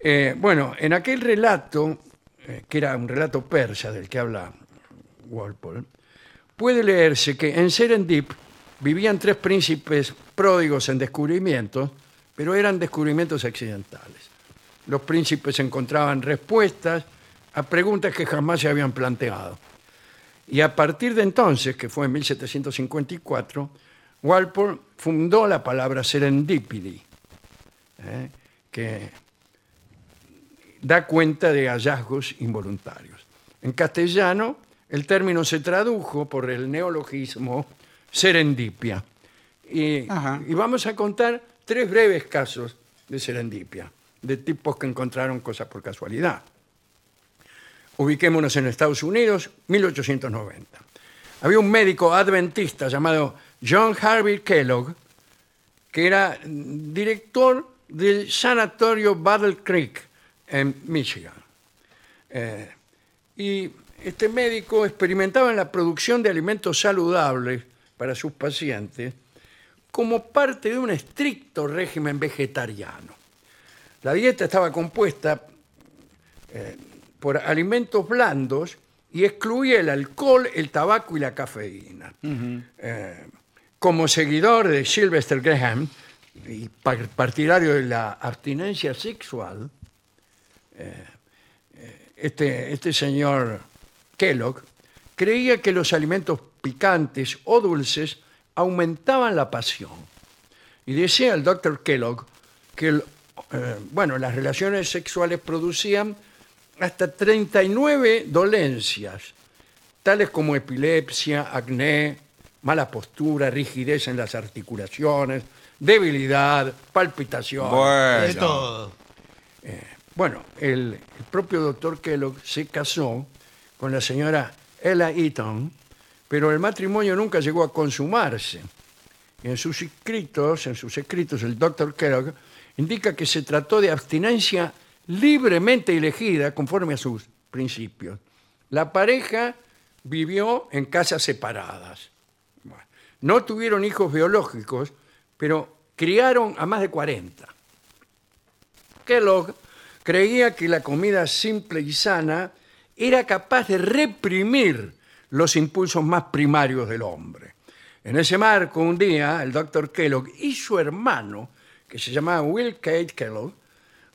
Eh, bueno, en aquel relato, eh, que era un relato persa del que habla Walpole, puede leerse que en Serendip vivían tres príncipes pródigos en descubrimientos, pero eran descubrimientos accidentales. Los príncipes encontraban respuestas a preguntas que jamás se habían planteado. Y a partir de entonces, que fue en 1754, Walpole fundó la palabra serendipity, ¿eh? que da cuenta de hallazgos involuntarios. En castellano, el término se tradujo por el neologismo serendipia. Y,
Ajá.
y vamos a contar tres breves casos de serendipia, de tipos que encontraron cosas por casualidad. Ubiquémonos en Estados Unidos, 1890. Había un médico adventista llamado John Harvey Kellogg, que era mm, director del sanatorio Battle Creek en Michigan. Eh, y este médico experimentaba en la producción de alimentos saludables para sus pacientes como parte de un estricto régimen vegetariano. La dieta estaba compuesta eh, por alimentos blandos y excluía el alcohol, el tabaco y la cafeína. Eh, como seguidor de Sylvester Graham y par- partidario de la abstinencia sexual, eh, eh, este, este señor Kellogg creía que los alimentos picantes o dulces aumentaban la pasión. Y decía el doctor Kellogg que el, eh, bueno, las relaciones sexuales producían hasta 39 dolencias, tales como epilepsia, acné, mala postura, rigidez en las articulaciones, debilidad, palpitación.
Eh,
De
Bueno.
todo.
Bueno, el, el propio doctor Kellogg se casó con la señora Ella Eaton, pero el matrimonio nunca llegó a consumarse. Y en sus escritos, en sus escritos, el doctor Kellogg indica que se trató de abstinencia libremente elegida conforme a sus principios. La pareja vivió en casas separadas. Bueno, no tuvieron hijos biológicos, pero criaron a más de 40. Kellogg creía que la comida simple y sana era capaz de reprimir los impulsos más primarios del hombre. En ese marco, un día, el doctor Kellogg y su hermano, que se llamaba Will Kate Kellogg,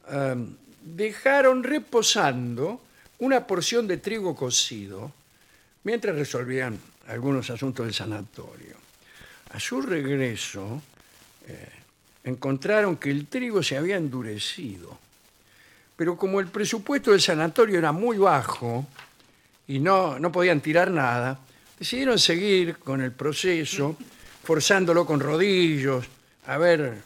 em, dejaron reposando una porción de trigo cocido mientras resolvían algunos asuntos del sanatorio. A su regreso, encontraron que el trigo se había endurecido. Pero como el presupuesto del sanatorio era muy bajo y no, no podían tirar nada, decidieron seguir con el proceso, forzándolo con rodillos, a ver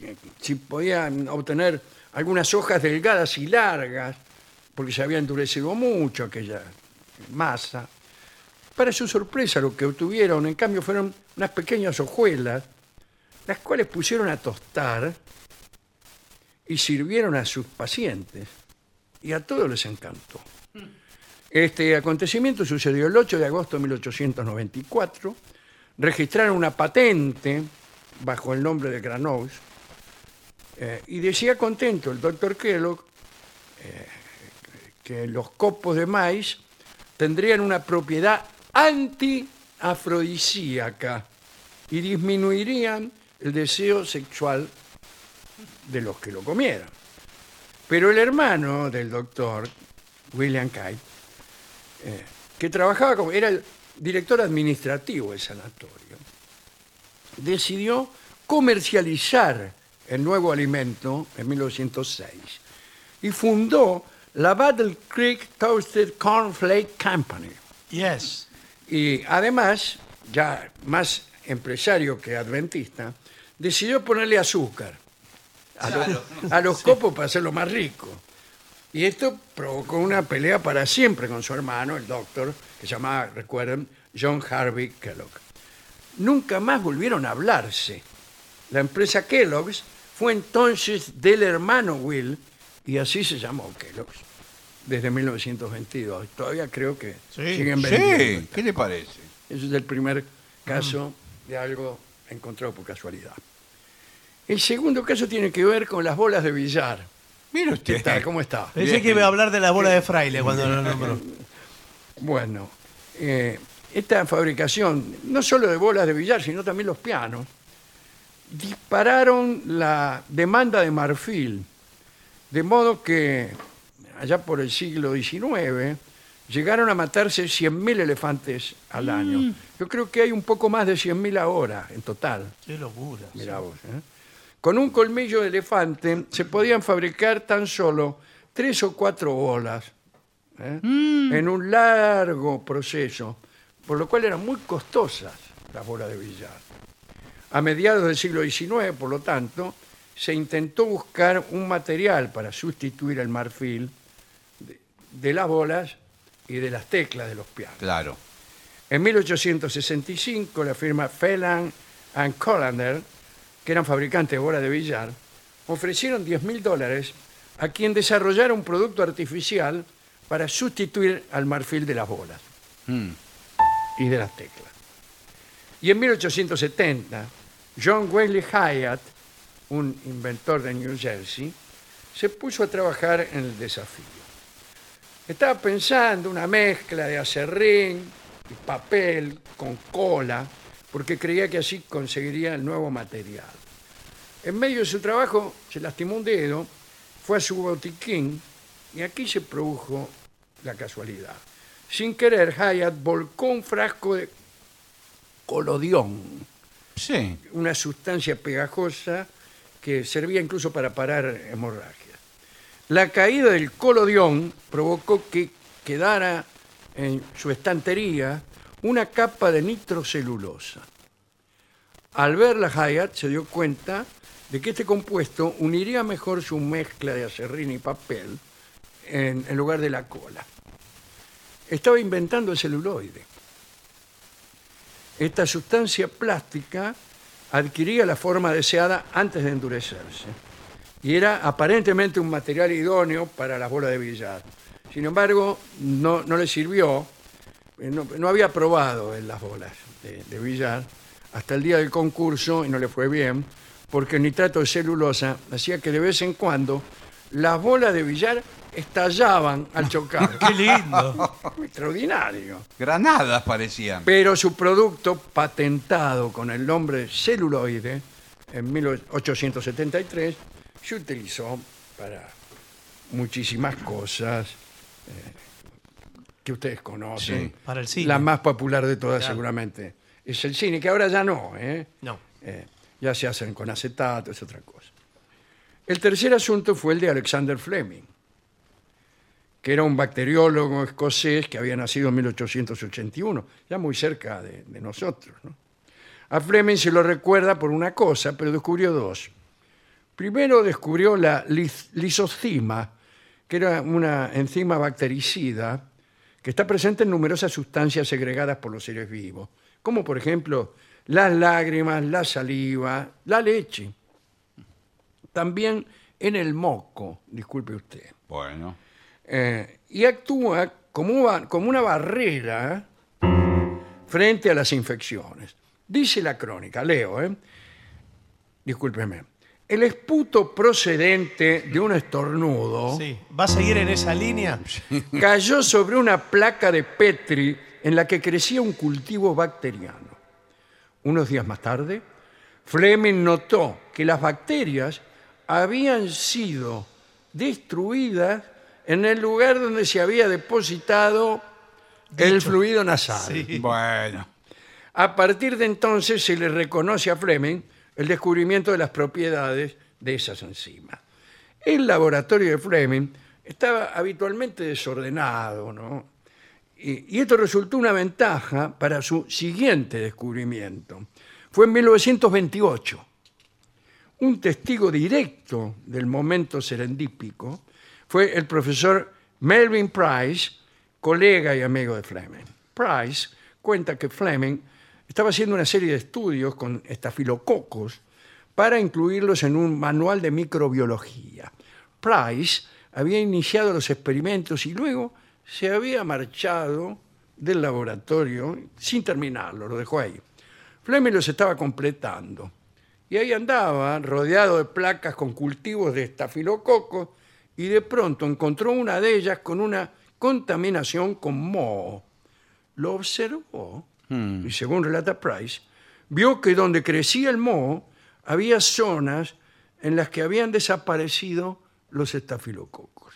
eh, si podían obtener algunas hojas delgadas y largas, porque se había endurecido mucho aquella masa. Para su sorpresa, lo que obtuvieron, en cambio, fueron unas pequeñas hojuelas las cuales pusieron a tostar y sirvieron a sus pacientes. Y a todos les encantó. Este acontecimiento sucedió el 8 de agosto de 1894. Registraron una patente bajo el nombre de Granoux. eh, y decía contento el doctor Kellogg eh, que los copos de maíz tendrían una propiedad antiafrodisíaca y disminuirían el deseo sexual de los que lo comieran. Pero el hermano del doctor, William Kite, eh, que trabajaba como, era el director administrativo del sanatorio, decidió comercializar el nuevo alimento en 1906 y fundó la Battle Creek Toasted Cornflake Company.
Yes.
Y además, ya más empresario que adventista, decidió ponerle azúcar a, los- a los copos para hacerlo más rico. Y esto provocó una pelea para siempre con su hermano, el doctor, que se llamaba, recuerden, John Harvey Kellogg. nunca más volvieron a hablarse. La empresa Kellogg's fue entonces del hermano Will y así se llamó Kellogg's desde 1922. Todavía creo que siguen vendiendo.
Sí, ¿qué le parece?
Ese es el primer caso de algo encontrado por casualidad. El segundo caso tiene que ver con las bolas de billar.
Mire
¿Qué
usted.
tal? ¿Cómo está?
Pensé que iba a hablar de la bola de fraile cuando lo nombró.
Bueno, eh, esta fabricación, no solo de bolas de billar, sino también los pianos, dispararon la demanda de marfil, de modo que allá por el siglo XIX llegaron a matarse 100.000 elefantes al año. Yo creo que hay un poco más de 100.000 ahora en total.
Qué locura.
Mirá vos, ¿eh? Con un colmillo de elefante se podían fabricar tan solo tres o cuatro bolas ¿eh? en un largo proceso, por lo cual eran muy costosas las bolas de billar. A mediados del siglo XIX, por lo tanto, se intentó buscar un material para sustituir el marfil de- de las bolas y de las teclas de los pianos.
Claro.
En 1865, la firma Phelan and Colander, que eran fabricantes de bolas de billar, ofrecieron 10 mil dólares a quien desarrollara un producto artificial para sustituir al marfil de las bolas
Mm.
y de las teclas. Y en 1870, John Wesley Hyatt, un inventor de New Jersey, se puso a trabajar en el desafío. Estaba pensando una mezcla de acerrín y papel con cola, porque creía que así conseguiría el nuevo material. En medio de su trabajo se lastimó un dedo, fue a su botiquín y aquí se produjo la casualidad. Sin querer, Hyatt volcó un frasco de colodión,
Sí.
una sustancia pegajosa que servía incluso para parar hemorragias. La caída del colodión provocó que quedara en su estantería una capa de nitrocelulosa. Al verla Hyatt se dio cuenta de que este compuesto uniría mejor su mezcla de acerrín y papel en, en lugar de la cola. Estaba inventando el celuloide. Esta sustancia plástica adquiría la forma deseada antes de endurecerse y era aparentemente un material idóneo para las bolas de billar. Sin embargo, no, no le sirvió, eh, no, no había probado en las bolas de, de billar hasta el día del concurso y no le fue bien, porque el nitrato de celulosa hacía que de vez en cuando las bolas de billar estallaban al chocar.
Qué lindo.
Extraordinario.
Granadas parecían.
Pero su producto, patentado con el nombre celuloide en 1873, se utilizó para muchísimas cosas eh, que ustedes conocen.
Sí.
Para el cine.
La más popular de todas,
Claro.
seguramente, es el cine, que ahora ya no. ¿eh?
No.
Eh, ya se hacen con acetato, es otra cosa. El tercer asunto fue el de Alexander Fleming, que era un bacteriólogo escocés que había nacido en 1881, ya muy cerca de, de nosotros. ¿no? A Fleming se lo recuerda por una cosa, pero descubrió dos. Primero descubrió la lis- lisocima, que era una enzima bactericida que está presente en numerosas sustancias segregadas por los seres vivos, como por ejemplo las lágrimas, la saliva, la leche. También en el moco, disculpe usted.
Bueno.
Eh, y actúa como, una- como una barrera frente a las infecciones. Dice la crónica, leo, ¿eh? discúlpeme, el esputo procedente de un estornudo
Sí. ¿Va a seguir en esa línea?
cayó sobre una placa de Petri en la que crecía un cultivo bacteriano. Unos días más tarde, Fleming notó que las bacterias habían sido destruidas en el lugar donde se había depositado el fluido nasal.
Bueno.
A partir de entonces se le reconoce a Fleming el descubrimiento de las propiedades de esas enzimas. El laboratorio de Fleming estaba habitualmente desordenado, ¿no? Y, y esto resultó una ventaja para su siguiente descubrimiento. Fue en 1928. Un testigo directo del momento serendípico fue el profesor Melvin Price, colega y amigo de Fleming. Price cuenta que Fleming estaba haciendo una serie de estudios con estafilococos para incluirlos en un manual de microbiología. Price había iniciado los experimentos y luego se había marchado del laboratorio sin terminarlo, lo dejó ahí. Fleming los estaba completando. Y ahí andaba, rodeado de placas con cultivos de estafilococos, y de pronto encontró una de ellas con una contaminación con moho. Lo observó y según relata Price, vio que donde crecía el moho había zonas en las que habían desaparecido los estafilococos.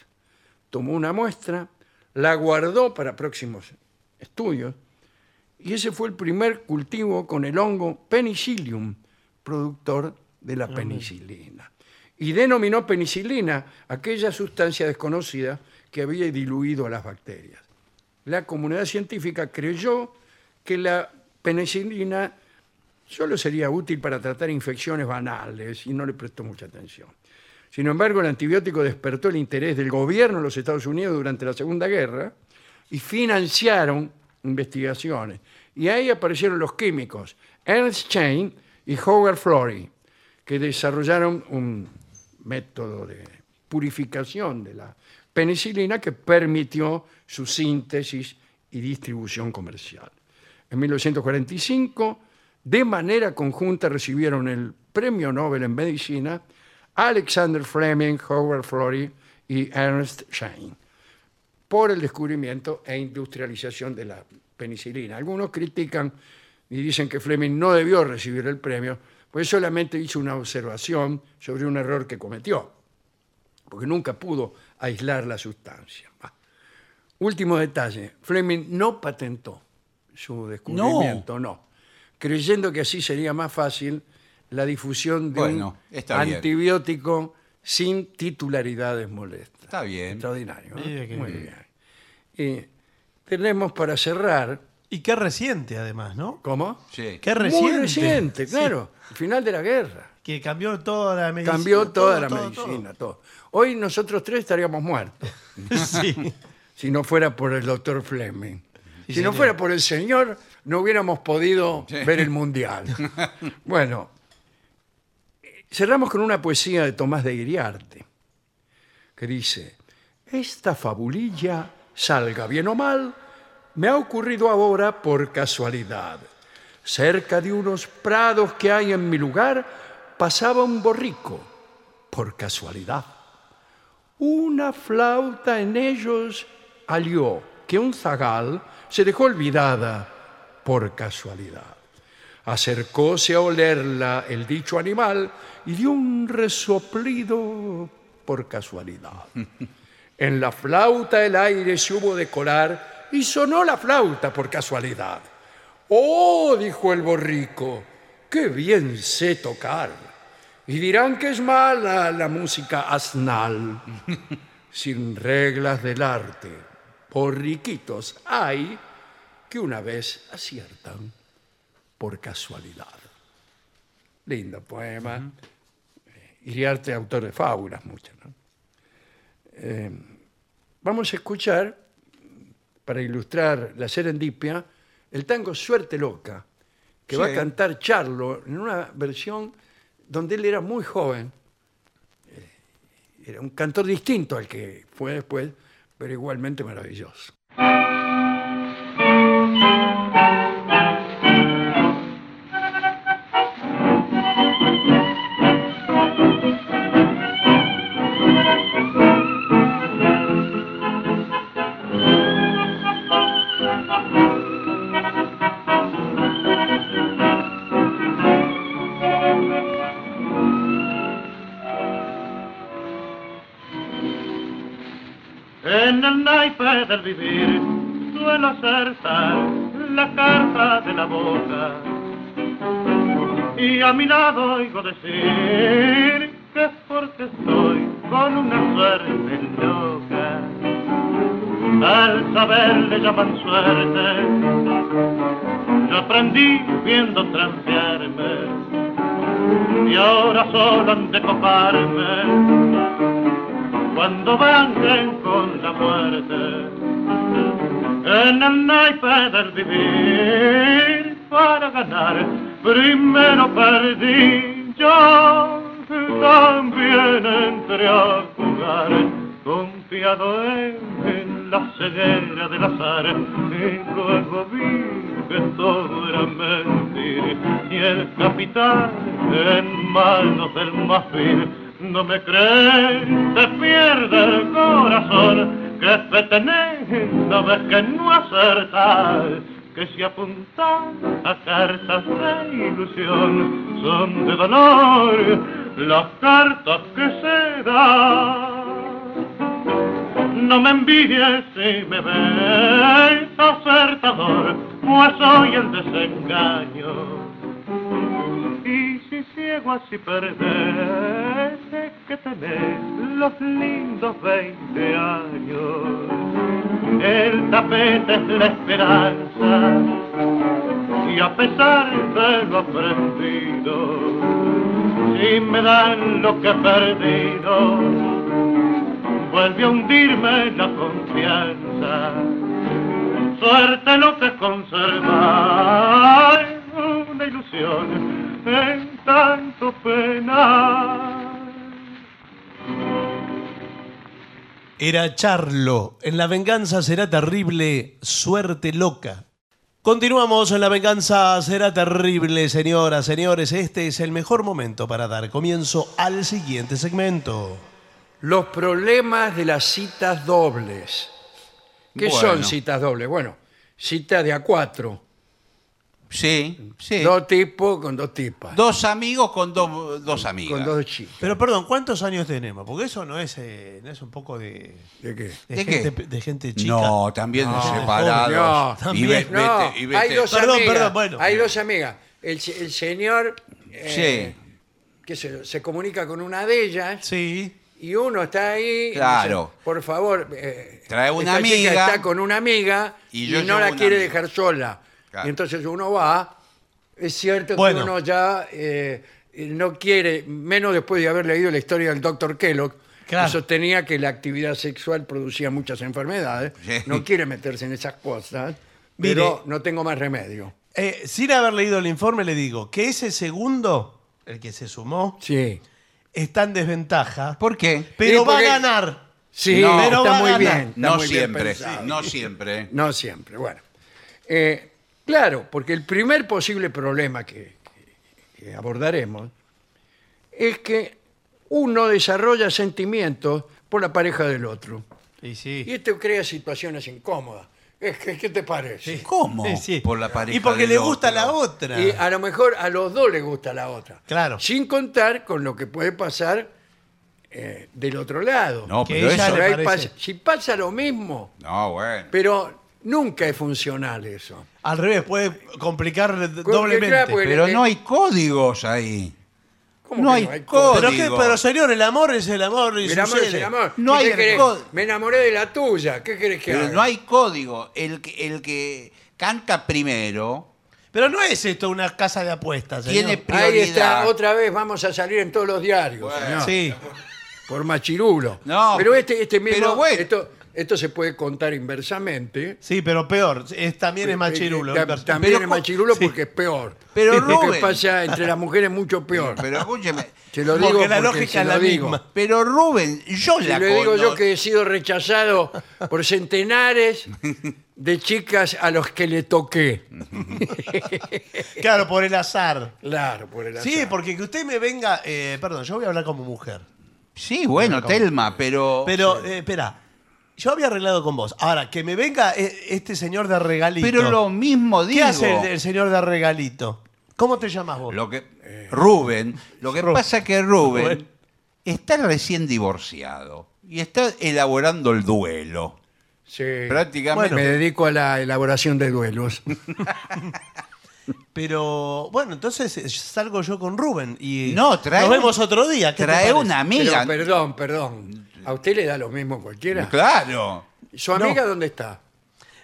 Tomó una muestra, la guardó para próximos estudios y ese fue el primer cultivo con el hongo penicillium, productor de la penicilina. Y denominó penicilina aquella sustancia desconocida que había diluido a las bacterias. La comunidad científica creyó que la penicilina solo sería útil para tratar infecciones banales y no le prestó mucha atención. Sin embargo, el antibiótico despertó el interés del gobierno de los Estados Unidos durante la Segunda Guerra y financiaron investigaciones. Y ahí aparecieron los químicos Ernst Chain y Howard Florey, que desarrollaron un método de purificación de la penicilina que permitió su síntesis y distribución comercial en 1945, de manera conjunta recibieron el Premio Nobel en Medicina Alexander Fleming, Howard Florey y Ernst Schein por el descubrimiento e industrialización de la penicilina. Algunos critican y dicen que Fleming no debió recibir el premio, pues solamente hizo una observación sobre un error que cometió, porque nunca pudo aislar la sustancia. Bah. Último detalle, Fleming no patentó su descubrimiento, no. creyendo que así sería más fácil la difusión de
Bueno,
un
está bien.
antibiótico sin titularidades molestas.
Está bien.
Extraordinario. ¿no?
Mire que
Muy
bien.
bien. Y tenemos para cerrar,
Y qué reciente, además, ¿no?
¿cómo?
Sí.
Qué reciente.
Muy reciente, claro. El final de la guerra.
Que cambió toda la medicina.
Cambió toda
todo,
la
todo,
medicina, todo. Hoy nosotros tres estaríamos muertos.
todo. Sí.
si no fuera por el doctor Fleming. si no
señor.
fuera por el señor, no hubiéramos podido ver el Mundial. bueno, eh, cerramos con una poesía de Tomás de Iriarte, que dice, esta fabulilla, salga bien o mal, me ha ocurrido ahora por casualidad. Cerca de unos prados que hay en mi lugar, pasaba un borrico, por casualidad una flauta en ellos alió que un zagal se dejó olvidada por casualidad. Acercóse a olerla el dicho animal y dio un resoplido por casualidad. En la flauta el aire se hubo de colar y sonó la flauta por casualidad. ¡Oh! dijo el borrico, qué bien sé tocar. Y dirán que es mala la música asnal, sin reglas del arte. Borriquitos hay que una vez aciertan por casualidad. Lindo poema. Eh, Iriarte, autor de fábulas, muchas. ¿no? Eh, vamos a escuchar, para ilustrar la serendipia, el tango Suerte Loca, que va a
Sí.
cantar Charlo en una versión donde él era muy joven. Eh, Era un cantor distinto al que fue después, pero igualmente maravilloso.
En el naipe del vivir suelo acertar la carta de la boca. Y a mi lado oigo decir que es porque estoy con una suerte loca. Al saber le llaman suerte, yo aprendí viendo transearme. Y ahora solo han de coparme cuando vengan con la muerte. En el naipe del vivir para ganar. Primero perdí yo, también entré a jugar. Confiado en la ceguera del azar, y luego vi que todo era mentir. Y el capitán en manos del marfil no me crees, te pierde el corazón. Que fe tenés, no ves que no acertás. Que si apuntas a cartas de ilusión, son de dolor las cartas que se dan. No me envidies si me ves acertador, pues soy el desengaño. Y si ciego así perdés, es que tenés los lindos 20 años. El tapete es la esperanza, y a pesar de lo aprendido, si me dan lo que he perdido, vuelve a hundirme la confianza suerte lo que conservar una ilusión en tanto penar.
Era Charlo. En La Venganza será terrible, suerte loca. Continuamos en La Venganza será terrible, señoras, señores. Este es el mejor momento para dar comienzo al siguiente segmento.
Los problemas de las citas dobles. ¿Qué
Bueno.
son citas dobles? Bueno, cita de a cuatro.
Sí, sí.
Dos tipos con dos tipas.
Dos amigos con dos, dos amigas.
con dos chicas.
Pero perdón, ¿cuántos años tenemos? Porque eso no es, eh, no es un poco de,
¿De qué?
de
¿De qué?
gente, de gente chica.
No, también nos
No,
separados.
no,
y ve-
también.
No,
vete, y vete.
hay dos
Perdón,
amigas.
perdón, bueno.
Hay dos amigas. El, se- el señor eh,
Sí,
que se, se comunica con una de ellas
Sí.
y uno está ahí. y dice,
Claro.
Por favor, eh,
Trae una
esta chica
amiga.
está con una amiga
Y
y,
yo llevo
no la
una
quiere
amiga.
dejar sola.
Claro.
Y entonces uno va. Es cierto que
Bueno.
uno ya eh, no quiere, menos después de haber leído la historia del doctor Kellogg.
Claro.
Que sostenía que la actividad sexual producía muchas enfermedades.
Sí.
No quiere meterse en esas cosas,
Mire.
pero no tengo más remedio.
Eh, sin haber leído el informe, le digo que ese segundo, el que se sumó,
Sí.
está en desventaja.
¿Por qué?
Pero
Sí,
va a
porque-
ganar.
Sí,
No,
pero
va
está
a
muy
ganar.
bien. está
No
muy bien
siempre,
pensado.
no siempre.
No siempre, bueno. Eh, claro, porque el primer posible problema que, que- que abordaremos es que uno desarrolla sentimientos por la pareja del otro.
Y
Y
sí.
esto crea situaciones incómodas. Es que, ¿Qué te parece?
¿Cómo?
Sí, sí.
Por la pareja
Y porque
del
le gusta
otro. ah,
la otra.
Y a lo mejor a los dos les gusta la otra.
Claro.
Sin contar con lo que puede pasar eh, del otro lado.
No,
Que
pero
ella
eso.
Por ahí
parece.
pasa- si pasa lo mismo,
No, bueno.
pero nunca es funcional eso.
Al revés, puede complicar
claro,
doblemente.
porque-
Pero
eh,
no hay códigos ahí.
¿Cómo
No
que
hay
código?
Pero,
digo.
qué, pero señor, el amor es el amor. Y
El amor es
sucede.
el amor.
No
¿Qué
hay
te querés?
código.
Me enamoré de la tuya. ¿Qué querés que
Pero
haga?
no hay código. El que, el que canta primero
Pero no es esto una casa de apuestas, señor.
Tiene-
Ahí
prioridad.
está, otra vez vamos a salir en todos los diarios, señor,
Sí.
por machirulo.
No,
pero este, este mismo,
pero bueno.
esto, esto se puede contar inversamente.
sí, pero peor. es- también es machirulo.
Eh, eh,
es
tam-
verdad.
También
Pero
es
co-
machirulo
sí.
porque es peor.
Pero
lo que
Rubén.
pasa entre las mujeres es mucho peor.
Pero escúcheme.
Te lo
porque
digo porque
la lógica
se
es la
lo digo.
misma.
Pero Rubén, yo
Y
la
le digo yo
conozco.
que he sido rechazado por centenares de chicas a los que le toqué.
Claro, por el azar.
Claro, por el
Sí,
azar.
porque que usted me venga. eh, perdón, yo voy a hablar como mujer.
Sí, bueno, Telma, pero.
Oh,
Pero, eh, espera. Yo había arreglado con vos. Ahora, que me venga eh, este señor de regalito.
pero lo mismo
¿Qué
digo.
hace el, el señor de regalito? ¿Cómo te llamas vos?
Lo que, Rubén, lo que
Eh, Rubén.
pasa es que Rubén,
Rubén.
está recién divorciado y está elaborando el duelo.
Sí.
Prácticamente.
Me dedico a la elaboración de duelos.
Pero, bueno, entonces eh, salgo yo con Rubén y
No, trae
nos
un-
vemos otro día. ¿qué te
trae
parece?
una amiga.
Pero, perdón, perdón. ¿A usted le da lo mismo cualquiera?
claro.
¿Su amiga
No.
dónde está?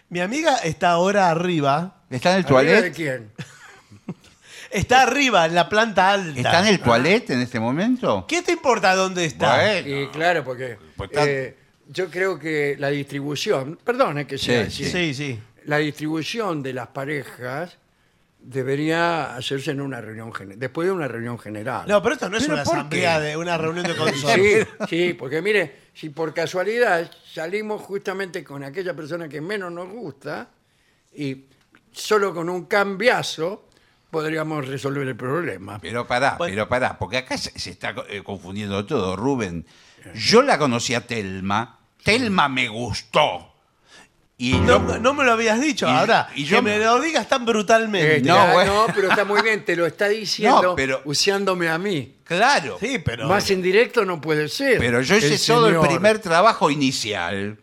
Mi amiga está ahora arriba.
Está en el
¿Amiga de
toilet.
quién?
Está arriba, en la planta alta.
Está en el toilet en este momento.
¿Qué te importa dónde está?
Bueno.
Y claro, porque
Pues está-
eh, yo creo que la distribución, perdone que sea
Sí,
así,
Sí, sí.
la distribución de las parejas debería hacerse en una reunión gen- después de una reunión general.
No, pero esto no es
¿Pero
una
por qué?
asamblea de una reunión de
Sí,
consorcio.
sí, porque mire, si por casualidad salimos justamente con aquella persona que menos nos gusta y solo con un cambiazo podríamos resolver el problema.
Pero pará,
Bueno.
pero pará, porque acá se, se está eh, confundiendo todo, Rubén.
Eh.
Yo la conocí a Telma, Telma me gustó. Y
No,
yo-
no me lo habías dicho.
Y-
Ahora,
y
y
yo-
que me lo digas tan
Eh,
brutalmente.
No,
ya,
bueno.
no, pero está muy bien, te lo está diciendo
No, pero-
usándome a mí.
claro,
Sí, pero.
Más indirecto no puede ser.
pero yo hice
El
todo
señor.
el primer trabajo inicial.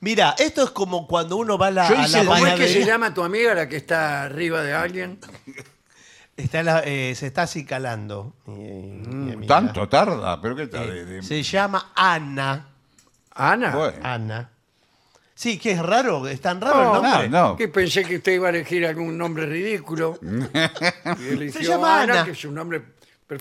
Mira, esto es como cuando uno va a la,
Yo
a
hice
la
el-
¿Cómo es que
panadería.
se llama tu amiga la que está arriba de alguien?
Está la- eh, se está acicalando. mi- mi amiga.
Mm, Tanto tarda, pero qué tal.
Eh, se llama Ana.
Ana.
Bueno.
Ana. Sí, que es raro, es tan raro el nombre.
no, no.
Que pensé que usted iba a elegir algún nombre ridículo. Y eligió
Se llama
Ana,
Ana.
que es un nombre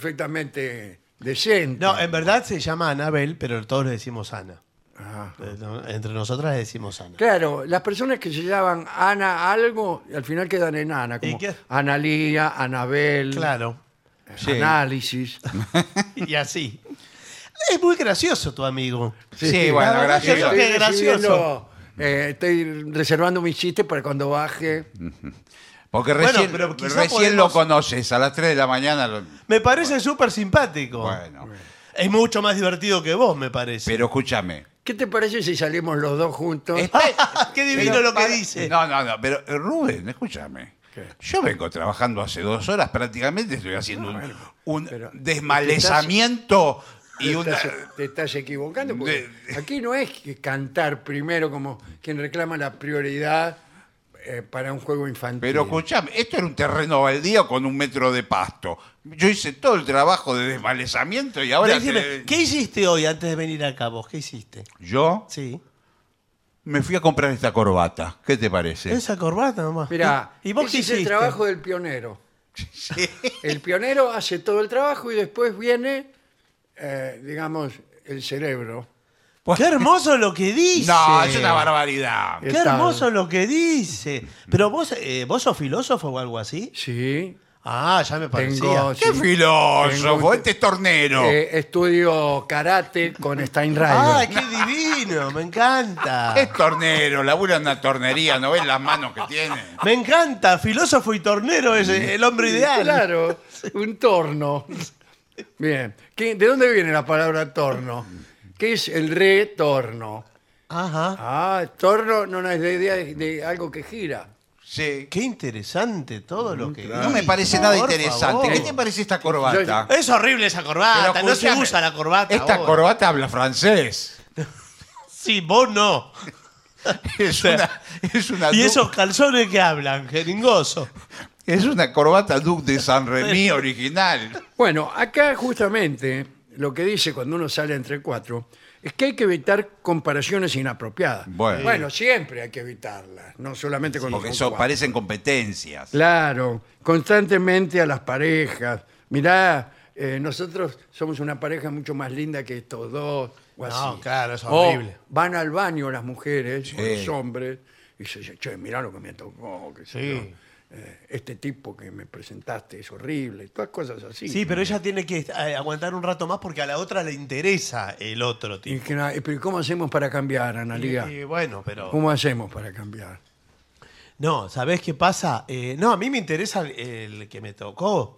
perfectamente decente.
No, en verdad se llama Anabel, pero todos le decimos Ana.
Ah.
Eh, no, Entre nosotras le decimos Ana.
Claro, las personas que se llaman Ana algo, al final quedan en Ana,
¿Y
como
qué?
Analía, Anabel,
Claro.
Sí.
Análisis.
Y así. Es muy gracioso tu amigo.
Sí, bueno,
La verdad que creo
gracioso.
que es gracioso.
recibiendo, eh, estoy reservando mis chistes para cuando baje.
Porque
Bueno,
recién,
pero quizá
recién lo
podemos-
conoces, a las 3 de la mañana. lo-
Me parece súper simpático.
Bueno,
Es mucho más divertido que vos, me parece.
pero escúchame.
¿Qué te parece si salimos los dos juntos?
Ah, Qué divino
eh, Pero
lo que
para-
dice.
No, no, no, pero eh, Rubén, escúchame.
¿Qué?
Yo vengo trabajando hace dos horas, prácticamente
Ah,
estoy haciendo un- un,
pero-
desmalezamiento y
Te
una...
estás- e-, te estás equivocando porque
De-
aquí no es que cantar primero como quien reclama la prioridad eh, para un juego infantil.
Pero escúchame, esto era un terreno baldío con un metro de pasto. Yo hice todo el trabajo de desmalezamiento y ahora...
Decime,
te-
¿Qué hiciste hoy antes de venir acá vos? ¿Qué hiciste?
Yo
Sí.
me fui a comprar esta corbata. ¿Qué te parece?
Esa corbata nomás.
Mira,
¿Y, y vos qué
es el
hiciste?
trabajo del pionero. El pionero hace todo el trabajo y después viene, eh, digamos, el cerebro.
Qué hermoso lo que dice.
No, es una barbaridad.
Qué
Está-
hermoso lo que dice. Pero vos, eh, vos sos filósofo o algo así.
Sí,
Ah, ya me
tengo
parecía.
¡Qué
sí,
filósofo!
Tengo-
Este es tornero.
eh, estudio karate con Steinreich.
Ah, qué divino, me encanta.
Es tornero, labura en una tornería, ¿no ves las manos que tiene?
Me encanta, filósofo y tornero es el hombre ideal.
Claro, un torno. Bien, ¿Qué- ¿de dónde viene la palabra torno? ¿Qué es el retorno?
Ajá.
Ah, torno no no, es de idea de, de algo que gira.
Sí.
Qué interesante todo lo que
No me
dice,
parece nada
por
interesante.
favor.
¿Qué te parece esta corbata?
Es horrible esa corbata,
Pero
no se
escúchame,
usa la corbata.
Esta
ahora.
corbata habla francés.
Sí, vos no.
Es una, es una
Y
Duc-
esos calzones que hablan, jeringoso.
es una corbata Duc de San Remy original.
Bueno, acá justamente lo que dice cuando uno sale entre cuatro es que hay que evitar comparaciones inapropiadas.
Bueno.
siempre hay que evitarlas, no solamente cuando
Porque
son
eso
cuatro.
parecen competencias.
Claro, constantemente a las parejas. Mirá, eh, nosotros somos una pareja mucho más linda que estos dos. O así.
No, claro, es
O
horrible.
van al baño las mujeres, o
Sí.
los hombres, y se dicen, che, mirá lo que me tocó, qué sé
Sí.
yo. Eh, este tipo que me presentaste es horrible, todas cosas así.
Sí, pero ella tiene que eh, aguantar un rato más porque a la otra le interesa el otro
Y
tipo.
que na- pero ¿cómo hacemos para cambiar, Analia?
Y- y bueno, pero.
¿Cómo hacemos para cambiar?
No, ¿sabés qué pasa? Eh, no, a mí me interesa el, el que me tocó.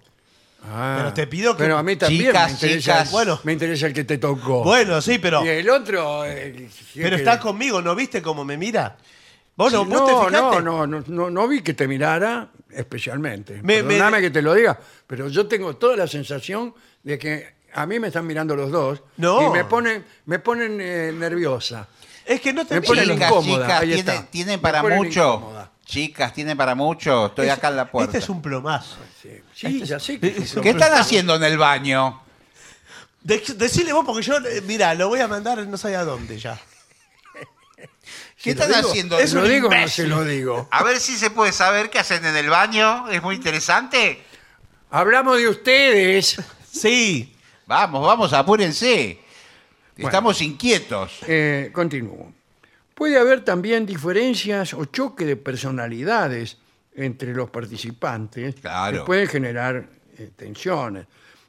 Ah.
Pero te pido que-
Pero a mí también
Chicas,
me, interesa,
chicas.
bueno, me interesa el que te tocó.
Bueno, sí, pero.
Y el otro... eh,
Pero
que-
está conmigo, ¿no viste cómo me mira? Vos no,
Sí,
vos te
no,
fijaste.
no, no, no, no, no vi que te mirara especialmente.
Me- me-
Perdóname que te lo diga, pero yo tengo toda la sensación de que a mí me están mirando los dos
No.
y me ponen, me ponen eh, nerviosa.
Es que no te
Me
mira.
ponen
Chicas,
incómoda,
chicas,
ahí
tienen,
está.
tienen
Me
para
ponen
mucho.
incómoda.
Chicas, tienen para mucho. Estoy acá en la puerta.
Este es un plomazo.
Sí, sí, ya sé
Eh,
que es un
¿Qué
problema.
están haciendo en el baño?
De- decile vos porque yo, eh, mira, lo voy a mandar no sé a dónde ya.
¿Qué
¿Se lo
están
digo?
haciendo?
¿Se lo
un
digo o no se
imbécil.
lo digo?
A ver si se puede saber qué hacen en el baño. Es muy interesante.
Hablamos de ustedes.
Sí.
Vamos, vamos, apúrense. Estamos inquietos.
Eh, continúo. Puede haber también diferencias o choque de personalidades entre los participantes
Claro.
que pueden generar eh, tensiones.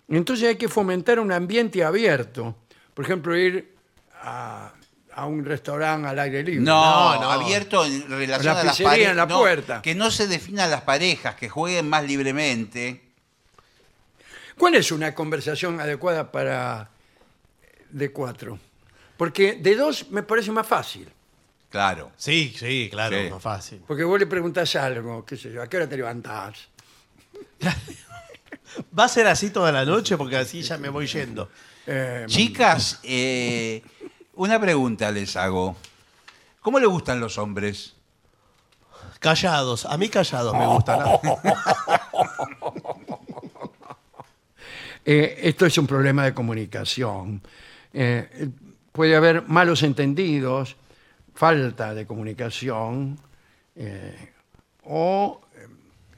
Entonces hay que fomentar un ambiente abierto. Por ejemplo, ir a, a un restaurante al aire libre.
No,
No, no.
abierto en relación
La
a las
pizzería
parejas.
en la
no,
puerta.
que no se definan las parejas, que jueguen más libremente.
¿Cuál es una conversación adecuada para eh, de cuatro? Porque de dos me parece más fácil.
Claro.
Sí, sí, claro,
Sí.
más fácil.
Porque vos le preguntás algo, qué sé yo, ¿a qué hora te levantás?
Va a ser así toda la noche porque así ya me voy yendo.
Eh,
Chicas, eh, una pregunta les hago. ¿Cómo le gustan los hombres?
Callados, a mí callados me gustan. ¿no?
eh, esto es un problema de comunicación. Eh, eh, puede haber malos entendidos, falta de comunicación eh, o eh,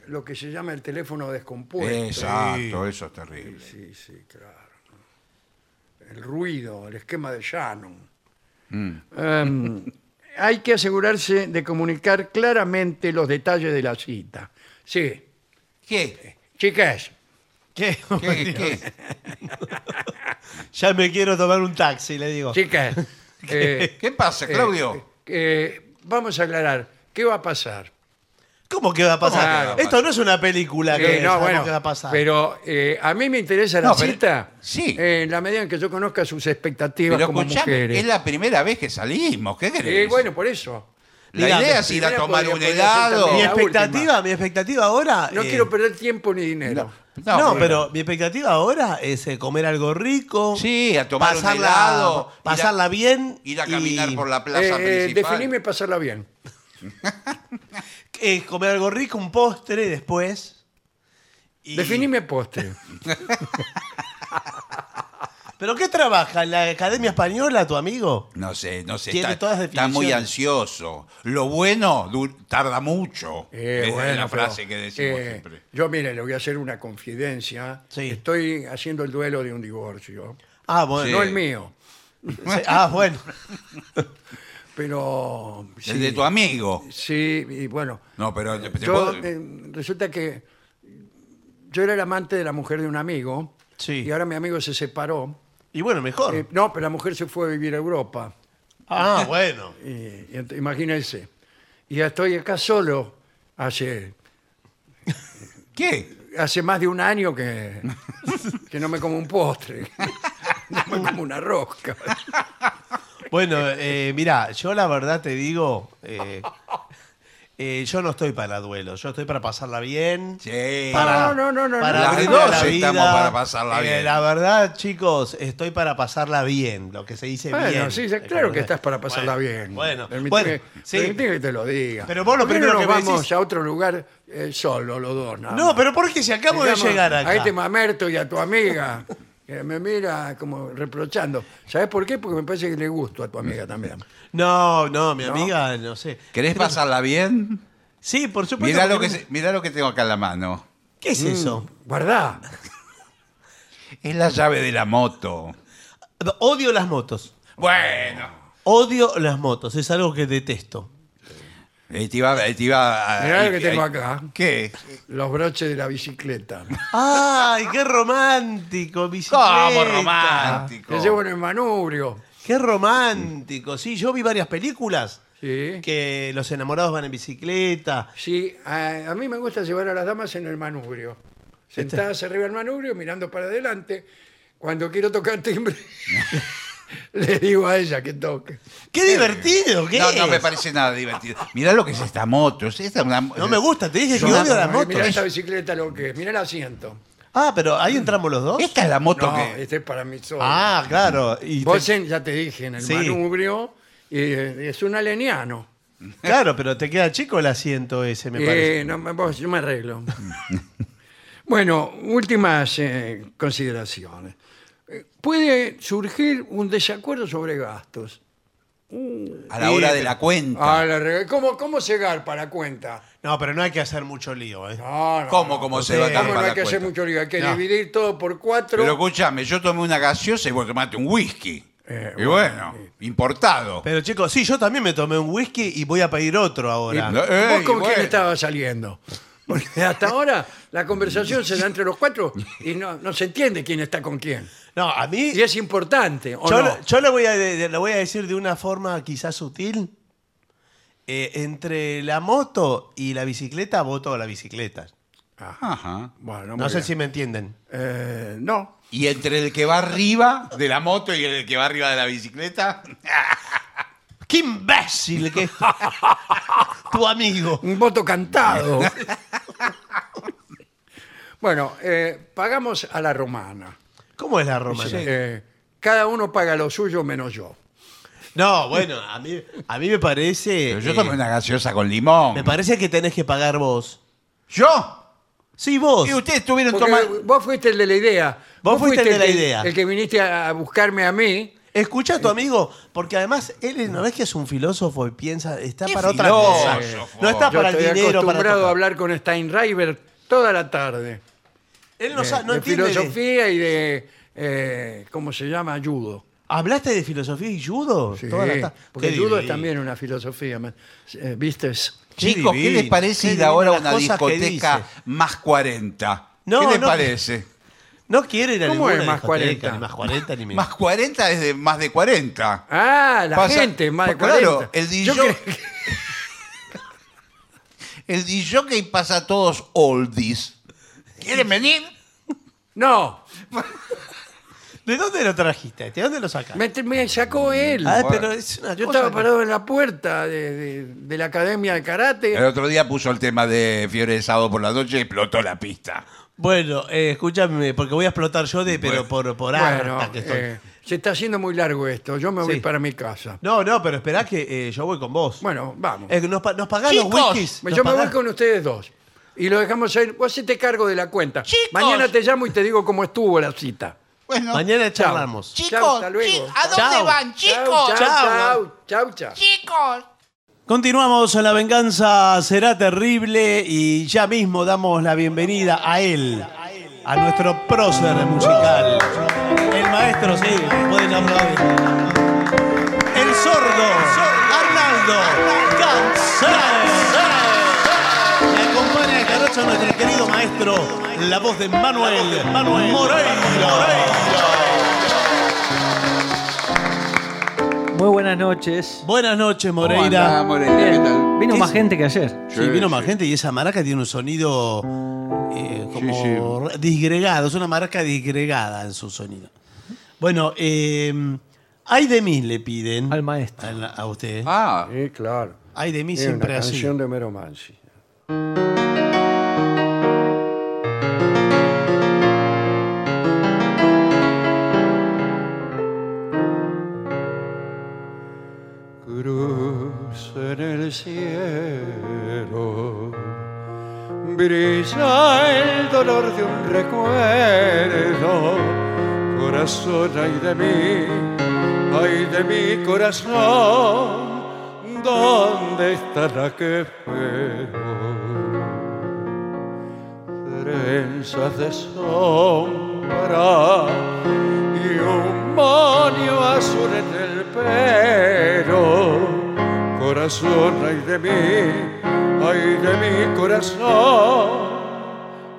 lo que se llama el teléfono descompuesto.
Exacto, eso es terrible.
Sí, sí, claro. El ruido, el esquema de Shannon.
Mm.
Em, hay que asegurarse de comunicar claramente los detalles de la cita. Sí,
¿Qué?
chicas,
¿Qué?
¿Qué? ¿Qué?
Ya me quiero tomar un taxi, le digo.
chicas. eh,
¿Qué pasa, Claudio?
eh, eh, vamos a aclarar, ¿qué va a pasar?
¿Cómo que va a pasar?
Claro,
Esto no es una película que
Eh, no,
sabemos
bueno,
que va a pasar.
pero eh, a mí me interesa la
No, pero-
cita
sí.
eh, en la medida en que yo conozca sus expectativas
Pero
como
escuchame,
mujeres.
es la primera vez que salimos. ¿Qué
Eh,
crees?
bueno, por eso.
la
Dígame,
idea es ir a
primera
tomar
podría-
un
podría ser
helado.
también
mi
la última.
expectativa, mi expectativa ahora.
No
eh,
quiero perder tiempo ni dinero.
No,
bueno.
pero mi expectativa ahora es eh, comer algo rico.
Sí, a tomar un helado, ir a-
Pasarla bien.
Ir a caminar
y,
por la plaza
Eh, eh,
principal.
definime pasarla bien.
eh, comer algo rico, un postre después. y-
Definime postre.
¿Pero qué trabaja? ¿En la Academia Española, tu amigo?
No sé, no sé.
Tiene
está,
todas
está muy
definiciones.
ansioso. Lo bueno du- tarda mucho.
Eh,
Esa es
bueno,
la frase
pero,
que decimos
eh,
siempre.
Yo, mire, le voy a hacer una confidencia.
Sí.
Estoy haciendo el duelo de un divorcio.
Ah,
Sí.
bueno.
No el mío,
Sí, Ah, bueno.
pero...
El de tu amigo.
Sí, y bueno.
No, pero te-
Pues
te
Yo,
puedo-
eh, resulta que yo era el amante de la mujer de un amigo.
Sí.
Y ahora mi amigo se separó.
Y bueno, mejor.
Eh, no, pero la mujer se fue a vivir a Europa.
ah, bueno.
Eh, y ent- imagínense. Y ya estoy acá solo hace
¿Qué?
hace más de un año que, que no me como un postre, no me como una rosca.
Bueno, eh, mira, yo la verdad te digo, eh, eh, yo no estoy para duelo, yo estoy para pasarla bien.
Sí.
Para- No, no, no, no,
Eh, para
no.
abrirle
Las
a la
dos
vida.
estamos para pasarla
Eh,
bien.
La verdad, chicos, estoy para pasarla bien, lo que se dice
Bueno,
bien.
sí,
Eh,
claro que
como-
estás para pasarla
Bueno,
bien.
Bueno,
Permitime-
bueno, sí.
permitime que te lo diga.
Pero vos lo
¿Por qué
primero
no
que
nos
me
vamos
decís-
a otro lugar eh, solo, los dos. nada
No,
más?
pero porque si acabo de
Digamos,
llegar
A
acá.
este mamerto y a tu amiga. Que me mira como reprochando. ¿Sabes por qué? Porque me parece que le gusto a tu amiga también.
No, no, mi
¿No?
amiga, no sé.
¿Querés pasarla bien?
Sí, por supuesto.
Mirá lo,
porque-
que se- mirá lo que tengo acá en la mano.
¿Qué
Mm.
es eso?
Guardá.
Es la llave de la moto.
Odio las motos.
Bueno.
Odio las motos, es algo que detesto.
Eh, te iba- eh, te iba a-
Mirá lo
eh,
que tengo
eh,
acá.
¿Qué?
Los broches de la bicicleta.
¡Ay, qué romántico! Bicicleta.
¿Cómo romántico?
Que llevo en el manubrio.
¡Qué romántico! Sí, yo vi varias películas
Sí.
que los enamorados van en bicicleta.
Sí, a, a mí me gusta llevar a las damas en el manubrio.
Este-
Sentadas arriba del manubrio, mirando para adelante. Cuando quiero tocar timbre, le digo a ella que toque.
¡Qué divertido! ¿Qué
no,
es?
no me parece nada divertido. Mirá lo que es esta moto. es esta una-
No me gusta, te dije que
Yo-
odio las motos.
Mira esta bicicleta lo que es, mira el asiento.
Ah, pero ahí entramos los dos.
Esta es la moto
No,
que.
este es para mí solo.
Ah, claro. Y te-
Bosen, ya te dije, en el
Sí.
manubrio, y, eh, es un aleniano.
claro, pero te queda chico el asiento ese, me
Eh,
parece.
no, me- vos, yo me arreglo. bueno, últimas eh, consideraciones. Eh, Puede surgir un desacuerdo sobre gastos.
A la hora de la cuenta.
Ah, la rega- ¿Cómo, ¿Cómo se garpa la cuenta?
No, pero no hay que hacer mucho lío. ¿eh?
No, no,
¿Cómo,
no.
cómo se
Sí.
va a
¿Cómo
tapar
no hay
la
que hacer
cuenta?
mucho lío? Hay que
No.
dividir todo por cuatro.
Pero escúchame, yo tomé una gaseosa y vos tomaste un whisky.
Eh,
Y bueno, importado.
Pero chicos, sí, yo también me tomé un whisky y voy a pedir otro ahora.
No, eh,
¿Vos con
y
quién
bueno.
estabas saliendo? Porque hasta ahora la conversación se da entre los cuatro y no, no se entiende quién está con quién.
No, a mí.
Y es importante, ¿o
Yo,
no?
yo lo, voy a, de- de- lo voy a decir de una forma quizás sutil. Eh, entre la moto y la bicicleta, voto a la bicicleta.
Ajá.
Bueno,
No
muy
sé
bien.
si me entienden.
Eh, no.
Y entre el que va arriba de la moto y el que va arriba de la bicicleta.
¡Qué imbécil que es! tu amigo!
Un voto cantado. bueno, eh, pagamos a la romana.
¿Cómo es la romana?
Eh, cada uno paga lo suyo menos yo.
No, bueno, a mí, a mí me parece.
Pero yo
eh,
tomé una gaseosa con limón.
me parece que tenés que pagar vos.
¿Yo?
Sí, vos.
Y ustedes estuvieron
Porque
tomando.
vos fuiste el de la idea.
Vos fuiste el de la
que-
idea.
El que viniste a a buscarme a mí.
Escucha
Eh.
a tu amigo, porque además él no es que es un filósofo y piensa, está
¿Qué
para otra cosa.
filósofo?
No está
Yo
Ah, para el
estoy
dinero, para
acostumbrado a
tocar.
hablar con Steinreiber toda la tarde. Eh,
Él no, sa- no
de
entiende. de-
filosofía y de, eh, ¿cómo se llama? Ayudo.
¿Hablaste de filosofía y judo?
Sí,
Toda la ta-
porque
Qué
el judo es
divino.
también una filosofía. man. Eh, ¿Viste? Es-
Chicos, ¿qué
divino,
les parece
qué
ir
divino
ahora a
las
una
cosas que
discoteca
dice.
más 40?
¿Qué
No,
les
no.
parece?
No quiere ir a
¿Cómo
ninguna
es más
discoteca,
40?
ni más 40 ni menos.
Más 40 es de más de 40.
Ah, la
Pasa-
gente, más de
Pues claro,
40.
el DJ
Yo cre-
El DJ pasa a todos oldies. ¿Quieren venir?
No,
¿De dónde lo trajiste? ¿De dónde lo sacaste?
me, me sacó él.
Ah, pero es una
Yo
cosa
estaba
que-
parado en la puerta de, de- de la Academia de Karate.
El otro día puso el tema de fiebre de sábado por la noche y explotó la pista.
Bueno, eh, escúchame, porque voy a explotar yo de, pero por, por
Bueno,
harta que estoy.
eh, se está haciendo muy largo esto. Yo me voy
Sí.
para mi casa.
No, no, pero esperá que eh, yo voy con vos.
Bueno, vamos.
Eh, ¿nos, pa- nos pagás los
Chicos,
whiskies?
Me-
¿Nos
Yo me voy
pagás?
con ustedes dos. Y lo dejamos ahí. Vos te cargo de la cuenta.
Chicos.
Mañana te llamo y te digo cómo estuvo la cita.
Bueno,
Mañana charlamos.
chicos,
Chao, hasta luego.
chi- ¿a dónde
Chao.
van, chicos?
Chau, chau, chau, chau.
Chicos.
Continuamos, la venganza será terrible y ya mismo damos la bienvenida a él, a nuestro prócer musical, el maestro, sí, puede llamarlo así. El sordo, Arnaldo Cancel. Me acompaña esta noche nuestro querido maestro, la voz de Manuel, Manuel
Muy buenas noches.
Buenas noches, Moreira.
Hola, Moreira, ¿qué tal?
Vino
¿Qué
más
es?
gente que ayer.
Sí, vino más gente y esa maraca tiene un sonido eh, como disgregado, es una maraca disgregada en su sonido. Bueno, eh, ay de mí le piden
Al maestro.
Al- a usted.
Ah,
Sí, claro.
Ay de mí
Es
siempre
una
así.
canción de Mero Mansi. Cruz en el cielo brilla el dolor de un recuerdo corazón ay de mí ay de mi corazón dónde está la que espero trenzas de sombra y un monio azul en el pelo. Corazón, ay de mí, ay de mi corazón,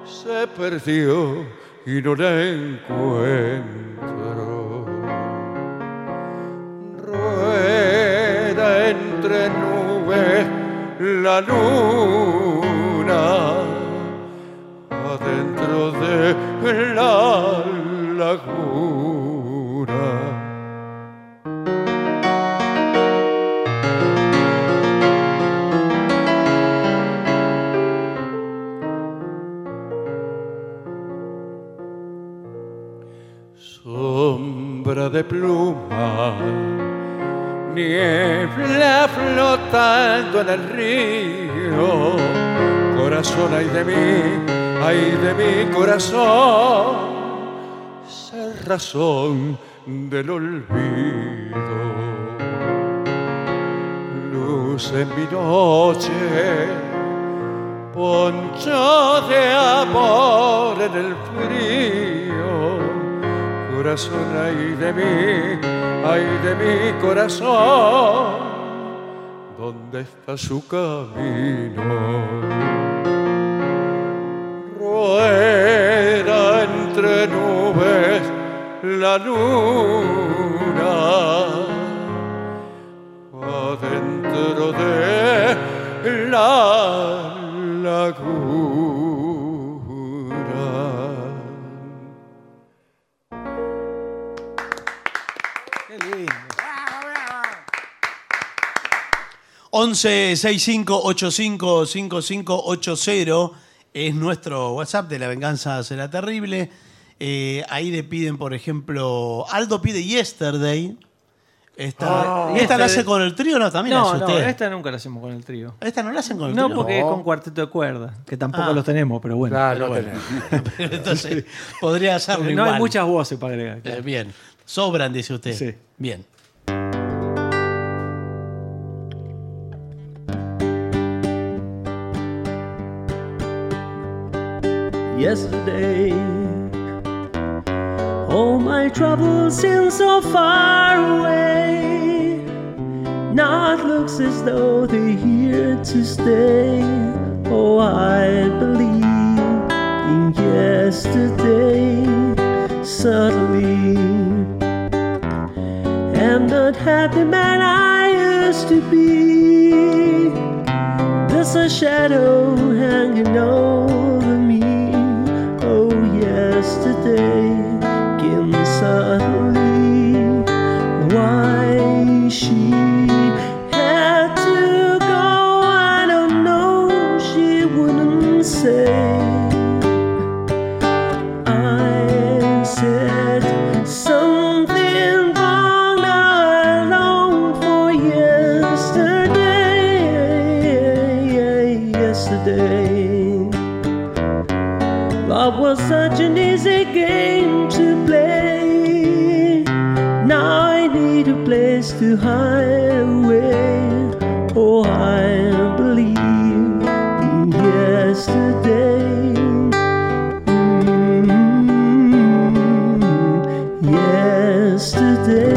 se perdió y no la encuentro rueda entre nubes la luna adentro de la laguna. Sombra de pluma niebla flotando en el río. Corazón, ay de mí, ay de mi corazón, ser razón del olvido. Luz en mi noche, poncho de amor en el frío.
corazón, ay de mí, ay de mi corazón, ¿dónde está su camino? Rueda entre nubes la luna, adentro de la laguna.
Qué lindo.
11-65-85-5580 es nuestro WhatsApp de La Venganza Será Terrible. Eh, ahí le piden, por ejemplo, Aldo pide Yesterday. Esta,
Ah,
¿esta la
Yesterday.
hace con el trío o no? También la
No,
hace
no,
usted. esta...
esta nunca la hacemos con el trío.
no la hacen con el
No,
trío.
porque es con cuarteto de cuerda, que tampoco
Ah.
los tenemos, pero bueno.
Claro,
Pero
no
bueno.
tenemos.
Pero entonces podría hacerlo
no
igual.
hay muchas voces para agregar.
Eh, bien. Sobran, dice usted.
Sí.
Bien.
yesterday. All my troubles seem so far away. Now it looks as though they're here to stay. Oh, I believe in yesterday. Suddenly, am not happy man I used to be. There's a shadow hanging over me. Oh, yesterday came suddenly. Why she had to go, I don't know. She wouldn't say. I said something wrong alone for yesterday. Yesterday, love was such an easy game to play. Now I need a place to hide away. Oh, I believe in yesterday. Mm, Yesterday.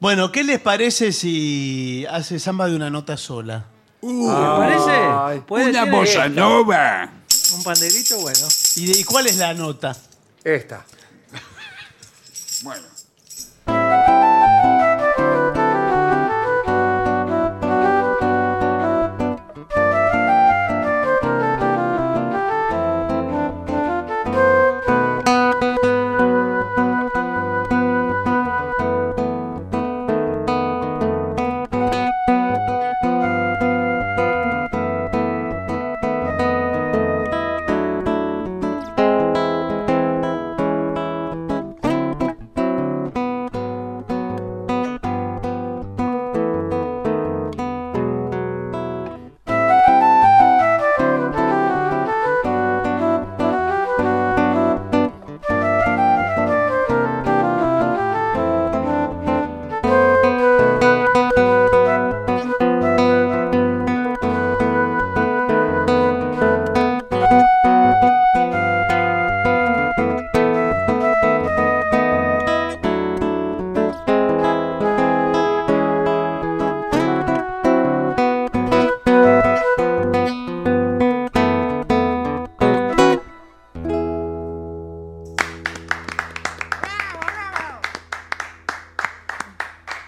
Bueno, ¿qué les parece si hace samba de una nota sola?
¿Me parece? Puede
Una
ser
bossa
esto.
nova.
Un panderito, bueno.
¿Y, de- y cuál es la nota?
Esta.
Bueno.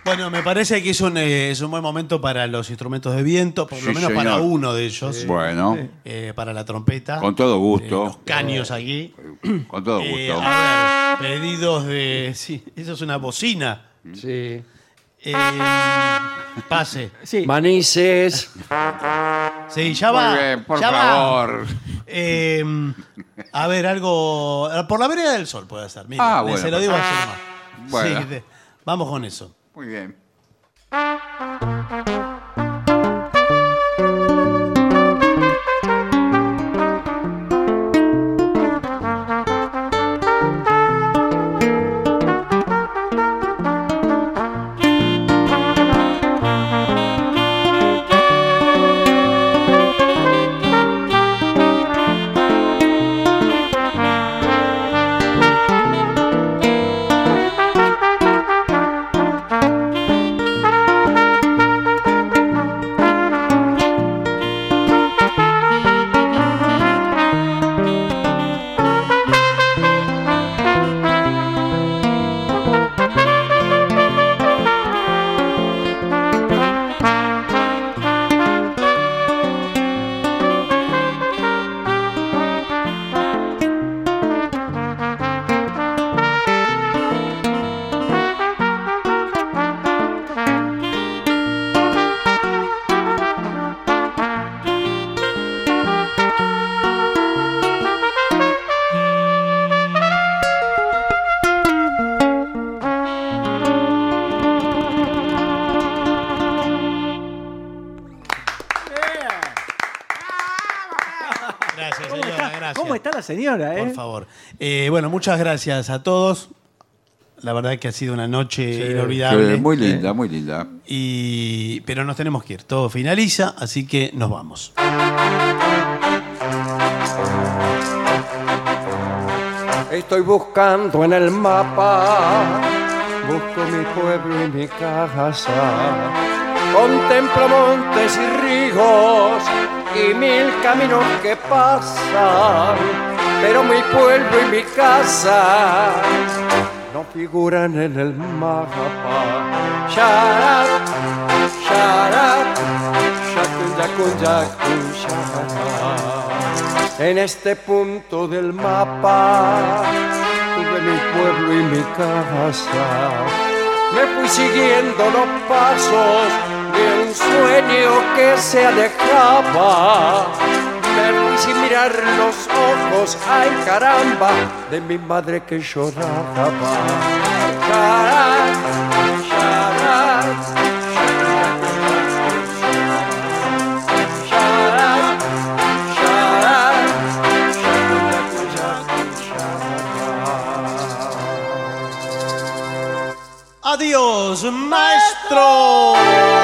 Bueno, me parece que es un, eh, es un buen momento para los instrumentos de viento, por lo
Sí,
menos
señor.
para uno de ellos,
Bueno,
eh, para la trompeta,
con todo
los
gusto.
caños aquí.
Con todo
Eh,
gusto.
a ver, pedidos de... Sí, eso es una bocina.
Sí.
Eh, pase.
Sí.
Manises.
Sí, ya
Muy
va.
bien, por
ya va.
favor.
Eh, a ver, algo. Por la vereda del sol puede ser. mire,
Ah,
le-
bueno,
se lo digo a
perfecto.
Gemma.
Bueno.
Sí, de- vamos con eso.
Muy bien.
Thank
señora, ¿eh?
Por favor. Eh, bueno, muchas gracias a todos. La verdad que ha sido una noche inolvidable.
Eh,
Sí, Muy linda, muy linda.
Y- pero nos tenemos que ir. Todo finaliza, así que nos vamos.
Estoy buscando en el mapa, busco mi pueblo y mi casa. Contemplo montes y ríos y mil caminos que pasan, pero mi pueblo y mi casa no figuran en el mapa. Sharat, sharat, shakun, yakun, yakun, sharat. En este punto del mapa tuve mi pueblo y mi casa. Me fui siguiendo los pasos de un sueño que se alejaba. Me fui sin mirar los ojos, ay caramba, de mi madre que lloraba. Charay, charay, charay, charay,
Adiós, maestro.